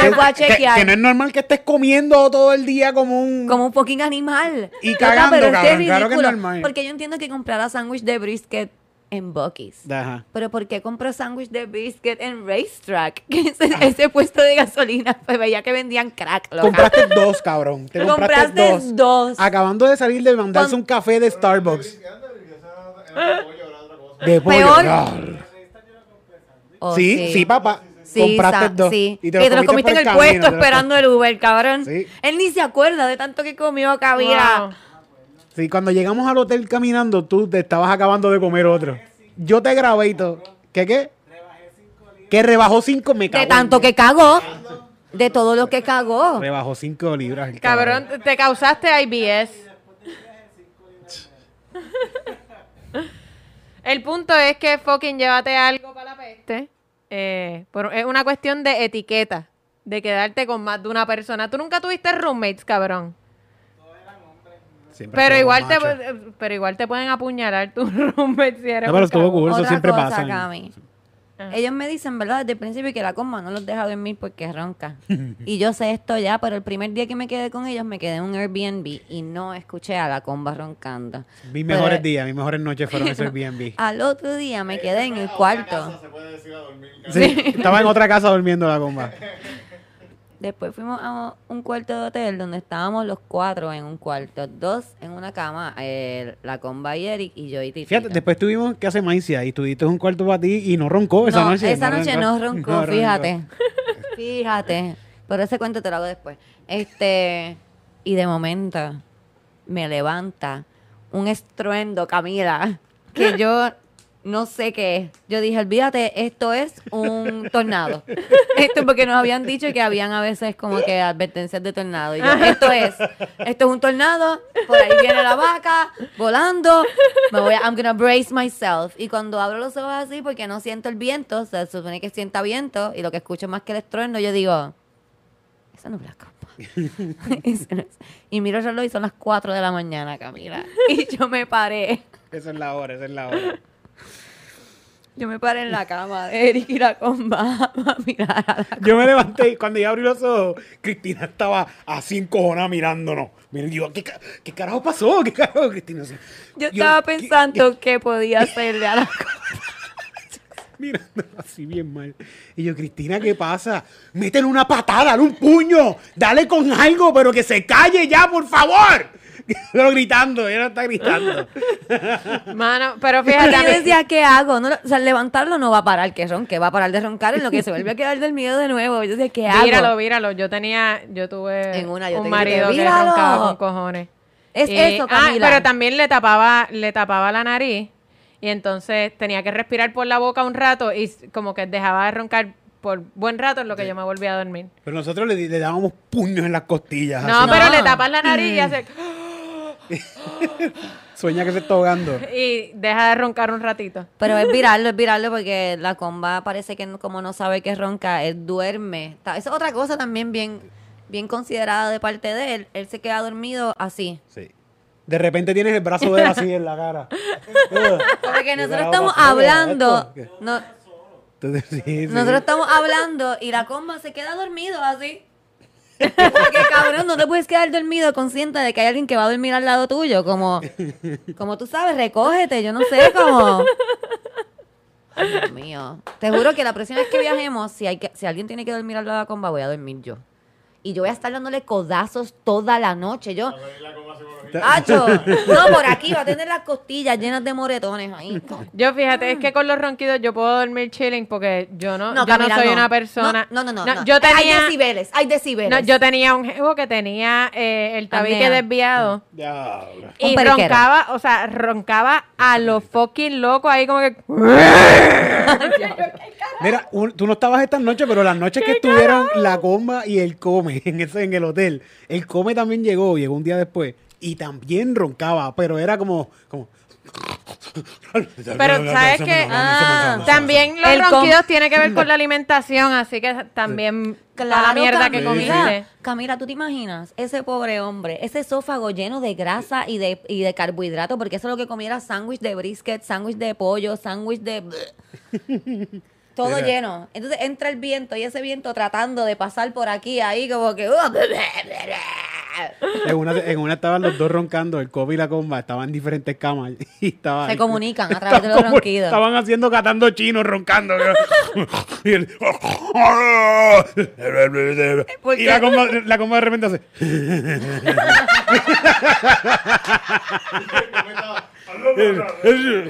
S1: se fue a
S3: que, que no
S1: chequear?
S3: es normal que estés comiendo todo el día como un...
S1: Como un fucking animal.
S3: Y
S1: Loca,
S3: cagando,
S1: pero este es que es
S3: cabrón, claro que es
S1: ridículo,
S3: normal.
S1: Porque yo entiendo que comprara sándwich de brisket en Buc-ee's.
S3: Ajá.
S1: Pero ¿por qué compró sándwich de biscuit en Racetrack? Que ese,
S3: Ah.
S1: ese puesto de gasolina, pues veía que vendían crack, loca.
S3: Compraste dos, cabrón. Te compraste,
S1: Compraste
S3: dos. Ah,
S1: dos.
S3: Acabando de salir de mandarse
S1: Con-
S3: un café de Starbucks.
S5: ¿Qué antes? Porque eso era era pollo, era otra cosa.
S3: De pollo.
S1: Peor.
S3: Arr.
S1: Oh,
S3: sí, sí, papá.
S1: Sí,
S3: compraste
S1: sa-
S3: dos.
S1: sí.
S3: Y te lo comiste,
S1: en
S3: por
S1: el
S3: camino,
S1: puesto
S3: te lo-
S1: esperando el Uber, cabrón.
S3: Sí.
S1: Él ni se acuerda de tanto que comió, cabía.
S2: Wow.
S3: Sí, cuando llegamos al hotel caminando, tú te estabas acabando de comer otro. Yo te grabé y todo. ¿Qué qué? Que rebajó 5 me cago
S1: De
S3: en
S1: tanto que cagó. De todo lo que cagó.
S3: Rebajó 5 libras. el
S2: Cabrón, te- te causaste IBS. El punto es que fucking llévate algo para la peste. Eh, por- es una cuestión de etiqueta, de quedarte con más de una persona. Tú nunca tuviste roommates, cabrón.
S3: Siempre
S2: Pero
S3: estuvo
S2: igual, te,
S3: macho.
S2: pero igual te pueden apuñalar tus roommates si eres
S3: No,
S2: un
S3: pero estuvo
S2: cabrón.
S3: cool, eso
S1: Otra
S3: siempre
S1: cosa,
S3: pasa. en-
S1: Cami.
S2: Ajá.
S1: Ellos me dicen, ¿verdad? Desde el principio que la comba no los deja dormir porque ronca. y yo sé esto ya, pero el primer día que me quedé con ellos me quedé en un Airbnb y no escuché a la comba roncando.
S3: Mis mejores
S1: Pero
S3: días, mis mejores noches fueron esos Airbnb.
S1: Al otro día
S5: Eh,
S1: me quedé en el
S5: A otra casa
S1: cuarto.
S5: Se puede decir a dormir.
S3: Sí, estaba en otra casa durmiendo la comba.
S1: Después fuimos a un cuarto de hotel donde estábamos los cuatro en un cuarto, dos en una cama, eh, la comba y Eric y yo y Titi.
S3: Fíjate, después tuvimos que hacer maicia y tuviste un cuarto para ti y no roncó esa
S1: no,
S3: noche.
S1: Esa noche no roncó,
S3: No
S1: fíjate. Fíjate. Pero ese cuento te lo hago después. Este, y de momento me levanta un estruendo, Camila, que yo No sé qué es. Yo dije, olvídate, esto es un tornado. Esto porque nos habían dicho que habían a veces como que advertencias de tornado. Y yo, esto es, esto es un tornado, por ahí viene la vaca, volando, me voy a, I'm gonna brace myself. Y cuando abro los ojos así, porque no siento el viento, se supone que sienta viento, y lo que escucho más que el estruendo, yo digo, esa no es la copa. Esa no es. y miro el reloj y son las 4 de la mañana, Camila. Y yo me paré.
S3: Esa es la hora, esa es la hora.
S1: Yo me paré en la cama de Eric y la comba a mirar a la-
S3: Yo me levanté y cuando yo abrí los ojos, Cristina estaba así encojonada mirándonos. Mira, yo, ¿qué, ca- qué carajo pasó? ¿Qué carajo, Cristina? Así,
S1: Yo estaba
S3: ¿qué-
S1: pensando qué, podía hacerle a la comba.
S3: Mirándonos así bien mal. Y yo, Cristina, ¿qué pasa? Métele una patada, dale un puño, dale con algo, pero que se calle ya, por favor. Pero gritando, ella no está gritando.
S2: Mano, pero
S1: Porque
S2: fíjate. a
S1: yo
S2: mí-
S1: decía, ¿qué hago? No lo- o sea, levantarlo no va a parar que ronque, va a parar de roncar en lo que se vuelve a quedar del miedo de nuevo. Yo decía, ¿qué hago?
S2: Víralo, víralo. Yo tenía, yo tuve
S1: En una yo
S2: un
S1: te grité,
S2: marido que
S1: "Víralo".
S2: roncaba con cojones.
S1: Es
S2: Y-
S1: eso, Camila.
S2: Ah, pero también le tapaba, le tapaba la nariz y entonces tenía que respirar por la boca un rato y s- como que dejaba de roncar por buen rato en lo que yo me volvía a dormir.
S3: Pero nosotros le, le dábamos puños en las costillas.
S2: No,
S3: así.
S2: pero
S1: No.
S2: le tapas la nariz
S1: Mm.
S2: y hace
S3: Sueña que se está ahogando.
S2: y deja de roncar un ratito.
S1: Pero es virarlo, es virarlo porque la comba parece que no- como no sabe que ronca, él duerme. Ta- Esa es otra cosa también bien, bien considerada de parte de él. Él se queda dormido así.
S3: Sí. De repente tienes el brazo de él así en la cara.
S1: Porque
S3: ¿Qué
S1: nosotros
S3: carajo
S1: estamos
S3: pasó?
S1: hablando.
S3: ¿Esto?
S1: no-
S3: Entonces, sí, sí.
S1: Nosotros estamos hablando y la comba se queda dormido así. Porque cabrón, no te puedes quedar dormido consciente de que hay alguien que va a dormir al lado tuyo. Como, como tú sabes, recógete, yo no sé cómo. Ay, Dios mío. Te juro que la próxima vez que viajemos, si, hay que, si alguien tiene que dormir al lado de la comba, voy a dormir yo. Y yo voy a estar dándole codazos toda la noche. Yo, ¡Acho! No, por aquí va a tener las costillas llenas de moretones ahí.
S2: Yo fíjate,
S1: Ah.
S2: es que con los ronquidos yo puedo dormir chilling porque yo no, yo
S1: Camila,
S2: no soy una persona.
S1: No, no, no. no.
S2: Yo
S1: Hay
S2: tenía,
S1: decibeles, hay decibeles.
S2: no, yo tenía un jevo que tenía eh, el tabique
S1: Apnea.
S2: desviado.
S3: Diablo.
S1: Un
S2: Y
S1: periquero.
S2: roncaba, o sea, roncaba a lo fucking loco ahí como que...
S3: Mira, un- tú no estabas estas noches, pero las noches que estuvieron la comba y el come en, ese, en el hotel, el come también llegó, llegó un día después y también roncaba, pero era como... como
S2: Pero sabes que
S1: Ah.
S2: también los
S1: El com-
S2: ronquidos tiene que ver con la alimentación, así que también la mierda que comiste.
S1: Camila, Camila, ¿tú te imaginas? Ese pobre hombre, ese esófago lleno de grasa y de, y de carbohidrato, porque eso es lo que comiera sándwich de brisket, sándwich de pollo, sándwich de... Todo lleno. Entonces entra el viento y ese viento tratando de pasar por aquí, ahí como que... uh,
S3: En una, en una estaban los dos roncando, el come y la comba, estaban en diferentes camas y estaban...
S1: Se comunican a través de los
S3: Estaban como-
S1: ronquidos.
S3: Estaban haciendo catando chinos, roncando. y, el-
S1: ¿Por
S3: y
S1: qué?
S3: la, comba, la comba de repente hace...
S1: Porque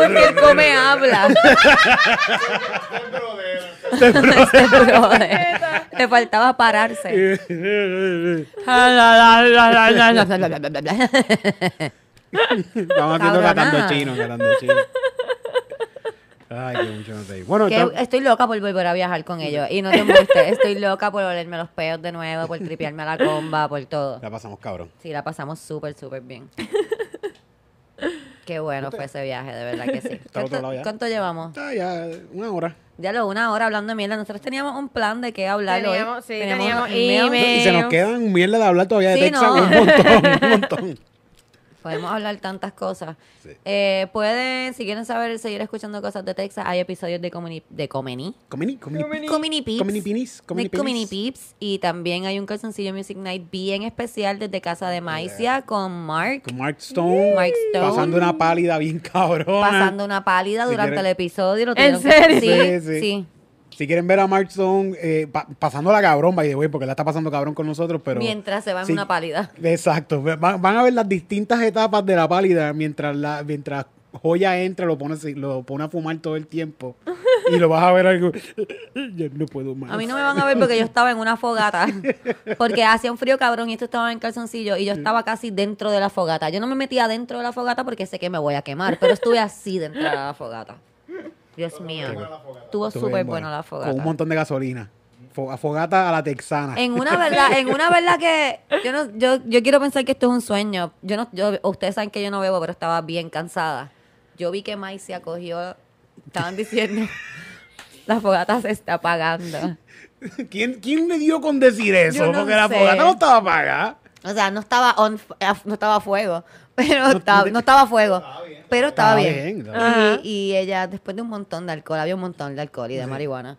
S1: él come habla. Ese brother. Le faltaba pararse.
S3: Eh, Estamos haciendo
S1: Cabronada.
S3: catando chino, catando chino. Ay, qué mucho no sé. Bueno,
S1: Que
S3: está-
S1: estoy loca por volver a viajar con ellos. Y no te molestes, estoy loca por olerme los peos de nuevo, por tripearme a la comba, por todo.
S3: la pasamos cabrón.
S1: Sí, la pasamos súper, súper bien. Qué bueno fue ese viaje, de verdad que sí.
S3: al otro
S1: ¿Cuánto,
S3: lado ya.
S1: cuánto llevamos?
S3: Está ya una hora.
S1: Ya lo una hora hablando de mierda. Nosotros teníamos un plan de qué hablar hoy.
S2: Teníamos- sí, teníamos
S1: emails.
S2: email.
S3: Y se nos quedan mierda de hablar todavía de
S1: Sí,
S3: Texas
S1: no.
S3: un montón, un montón.
S1: Podemos hablar tantas cosas. Eh, pueden, si quieren saber, seguir escuchando cosas de Texas. Hay episodios de Comini, de Comini.
S3: Comini, comini.
S1: Comini Peeps.
S3: Comini Pinis, Comini
S1: De
S3: Pinis.
S1: Comini Peeps. Y también hay un calzoncillo Music Night bien especial desde Casa de Maicia con Mark.
S3: Con Mark Stone.
S1: Mark Stone.
S3: Pasando una pálida bien cabrona.
S1: Pasando una pálida
S3: Si
S1: durante
S3: quieren-
S1: el episodio. Lo
S2: ¿En
S1: tuvieron que- Sí,
S2: serio?
S1: sí.
S3: Sí, sí. Si quieren ver a Mark Stone eh, pa- pasando la cabrón, by the way, porque la está pasando cabrón con nosotros, pero...
S1: Mientras se va en
S3: Sí.
S1: una pálida.
S3: Exacto. Ve- Van, van a ver las distintas etapas de la pálida mientras la, mientras Joya entra, lo pone, así- lo pone a fumar todo el tiempo. y lo vas a ver algo. Yo no puedo más.
S1: A mí no me van a ver porque yo estaba en una fogata. Porque hacía un frío cabrón y esto estaba en calzoncillo y yo estaba casi dentro de la fogata. Yo no me metía dentro de la fogata porque sé que me voy a quemar, pero estuve así dentro de la fogata. Dios mío. Estuvo
S3: Estuvo
S1: súper
S3: bien
S1: buena la
S3: Con un
S1: fogata.
S3: montón de gasolina. Fo- a Fogata a la texana.
S1: En una verdad, en una verdad que yo no, yo, yo quiero pensar que esto es un sueño. Yo no, yo, ustedes saben que yo no bebo, pero estaba bien cansada. Yo vi que Mai se acogió, estaban diciendo, la fogata se está apagando.
S3: ¿Quién, ¿Quién le dio con decir eso?
S1: Yo no
S3: porque la
S1: sé.
S3: fogata no estaba apagada.
S1: O sea, no estaba on f- a f- no estaba a fuego, pero estaba, no estaba a fuego, pero estaba
S3: Estaba
S1: bien.
S3: bien, estaba
S2: bien.
S1: Y, y ella, después de un montón de alcohol, había un montón de alcohol y de marihuana,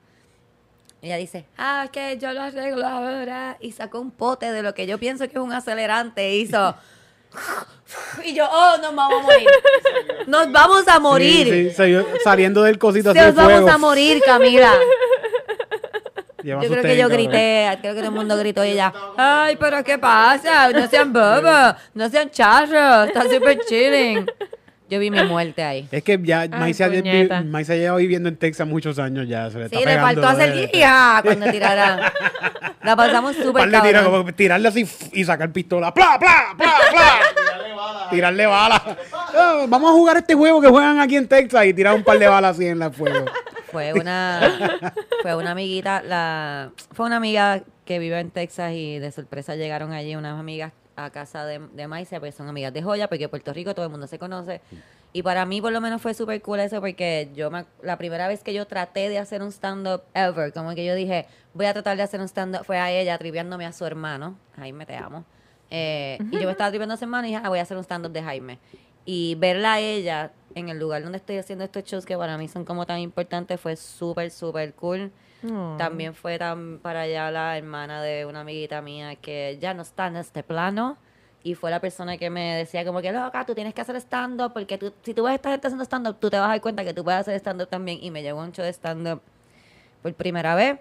S1: ella dice, ah, es que yo lo arreglo ahora, y sacó un pote de lo que yo pienso que es un acelerante, e hizo... Y yo, oh, nos vamos a morir. Nos vamos a morir.
S3: Sí, sí, salió- saliendo del cosito así de
S1: Nos
S3: fuego.
S1: vamos a morir, Camila.
S3: Lleva
S1: Yo creo
S3: sostén,
S1: que yo
S3: cabrón.
S1: grité, creo que todo el mundo gritó y ella, ay, pero ¿qué pasa? No sean bobos, no sean charros, están súper chilling. Yo vi mi muerte ahí.
S3: Es que ya Mai se, ha, vi-
S2: puñeta.
S3: Mai se ha llevado viviendo en Texas muchos años ya. Se le
S1: Sí,
S3: está
S1: le faltó
S3: pegando,
S1: hacer
S3: eh.
S1: guía cuando tirara. La pasamos súper
S3: Par de tira-
S1: cabrón.
S3: como tirarle así f- y sacar pistola. ¡Pla, pla, pla, pla!
S5: Dale bala.
S3: tirarle balas. Ah, vamos a jugar este juego que juegan aquí en Texas y tirar un par de balas así en la fuego.
S1: Fue una, fue una amiguita, la, fue una amiga que vive en Texas y de sorpresa llegaron allí unas amigas a casa de, de Maisa, porque son amigas de joya, porque en Puerto Rico todo el mundo se conoce. Y para mí por lo menos fue súper cool eso, porque yo me ac- la primera vez que yo traté de hacer un stand-up ever, como que yo dije, voy a tratar de hacer un stand-up, fue a ella triviándome a su hermano, Jaime, te amo. Eh, y yo me estaba tripeando a su hermano y dije, ah, voy a hacer un stand-up de Jaime. Y verla a ella en el lugar donde estoy haciendo estos shows que para mí son como tan importantes fue súper, súper cool.
S2: Oh.
S1: También fue tan para allá la hermana de una amiguita mía que ya no está en este plano. Y fue la persona que me decía como que, loca, tú tienes que hacer stand-up porque tú, si tú ves a esta gente haciendo stand-up, tú te vas a dar cuenta que tú puedes hacer stand-up también. Y me llegó un show de stand-up por primera vez.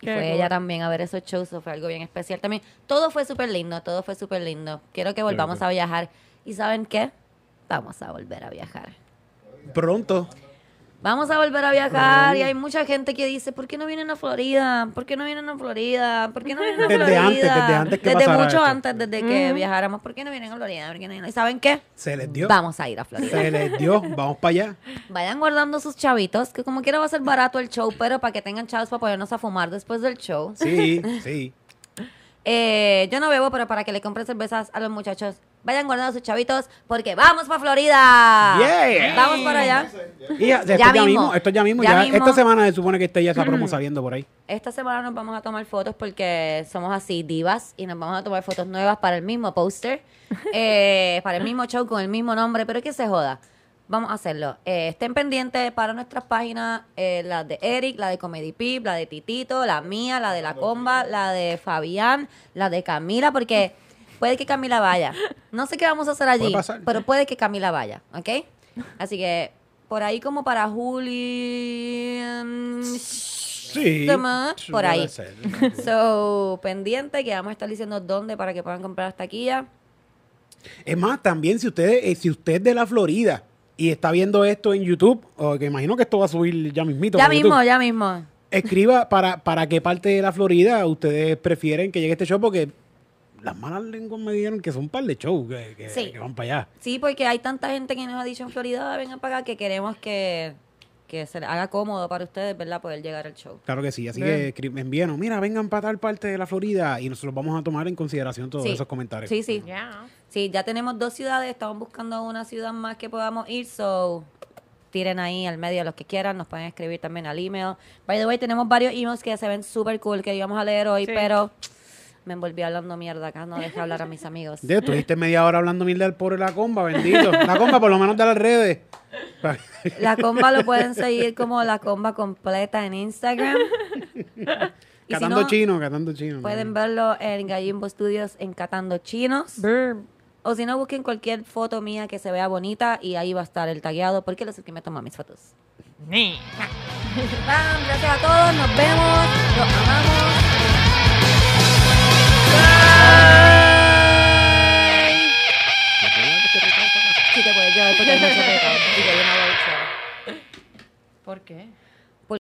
S1: Y
S2: Qué
S1: fue
S2: cool.
S1: ella también a ver esos shows, eso fue algo bien especial también. Todo fue súper lindo, todo fue súper lindo. Quiero que volvamos a viajar. ¿Y saben qué? Vamos a volver a viajar.
S3: Pronto.
S1: Vamos a volver a viajar y hay mucha gente que dice, ¿por qué no vienen a Florida? ¿Por qué no vienen a Florida? ¿Por qué no vienen a
S3: Desde
S1: Florida?
S3: antes, desde antes que
S1: Desde
S3: pasara
S1: mucho
S3: esto.
S1: antes, desde que viajáramos, ¿por qué no vienen a Florida? ¿Por qué no vienen? ¿Y saben qué?
S3: Se les dio.
S1: Vamos a ir a Florida.
S3: Se les dio. Vamos para allá.
S1: Vayan guardando sus chavitos, que como quiera va a ser barato el show, pero para que tengan chavos para ponernos a fumar después del show.
S3: Sí, sí.
S1: Eh, yo no bebo, pero para que le compren cervezas a los muchachos, vayan guardando sus chavitos porque vamos para Florida.
S3: Yeah.
S1: Vamos para allá.
S3: Hija, esto
S1: Ya
S3: ya,
S1: mismo.
S3: mismo. Esto ya mismo.
S1: Ya
S3: ya-
S1: mismo. Mm.
S3: Esta semana se supone que esté ya esa promo saliendo por ahí.
S1: Esta semana nos vamos a tomar fotos porque somos así divas y nos vamos a tomar fotos nuevas para el mismo póster, eh, para el mismo show con el mismo nombre, pero que se joda. Vamos a hacerlo. Eh, estén pendientes para nuestras páginas, eh, la de Eric, la de Comedy Pip, la de Titito, la mía, la de La Comba, la de Fabián, la de Camila, porque puede que Camila vaya. No sé qué vamos a hacer allí,
S3: Puede pasar.
S1: pero puede que Camila vaya, ¿ok? Así que por ahí como para Juli... mm,
S3: Sí.
S1: Toma, por
S3: puede
S1: ahí.
S3: ser.
S1: So, pendiente que vamos a estar diciendo dónde para que puedan comprar las taquillas.
S3: Es más, también si usted, eh, si usted es de la Florida y está viendo esto en YouTube, o que imagino que esto va a subir ya mismito.
S1: Ya
S3: por YouTube,
S1: mismo, ya mismo.
S3: Escriba para, para qué parte de la Florida ustedes prefieren que llegue este show, porque las malas lenguas me dijeron que son un par de shows que, que-
S1: Sí.
S3: que van para allá.
S1: Sí, porque hay tanta gente que nos ha dicho en Florida, "Ah, vengan para acá, que queremos que, que se les haga cómodo para ustedes, ¿verdad? Poder llegar al show.
S3: Claro que sí, así que escri- envíenos, mira, vengan para tal parte de la Florida y nosotros vamos a tomar en consideración todos
S1: Sí.
S3: esos comentarios.
S1: Sí, sí.
S2: Mm. Yeah.
S1: Sí, ya tenemos dos ciudades, estamos buscando una ciudad más que podamos ir, so tiren ahí al medio los que quieran, nos pueden escribir también al email. By the way, tenemos varios emails que se ven súper cool que íbamos a leer hoy,
S2: Sí.
S1: pero me envolví hablando mierda acá, no dejé hablar a mis amigos.
S3: Ya estuviste media hora hablando mil del pobre la comba, bendito. La comba, por lo menos de las redes.
S1: La comba lo pueden seguir como la comba completa en Instagram. Y si
S3: catando
S1: no,
S3: chino, catando chino.
S1: pueden verlo en Gallimbo Studios en Catando Chinos.
S2: Brr.
S1: O si no, busquen cualquier foto mía que se vea bonita y ahí va a estar el tagueado porque él es el que me toma mis fotos.
S2: Ni.
S1: Bam, gracias a todos, nos vemos, los amamos. Sí te puedes llevar porque hay mucho pecado. Y que hay una bolsa.
S2: ¿Por qué?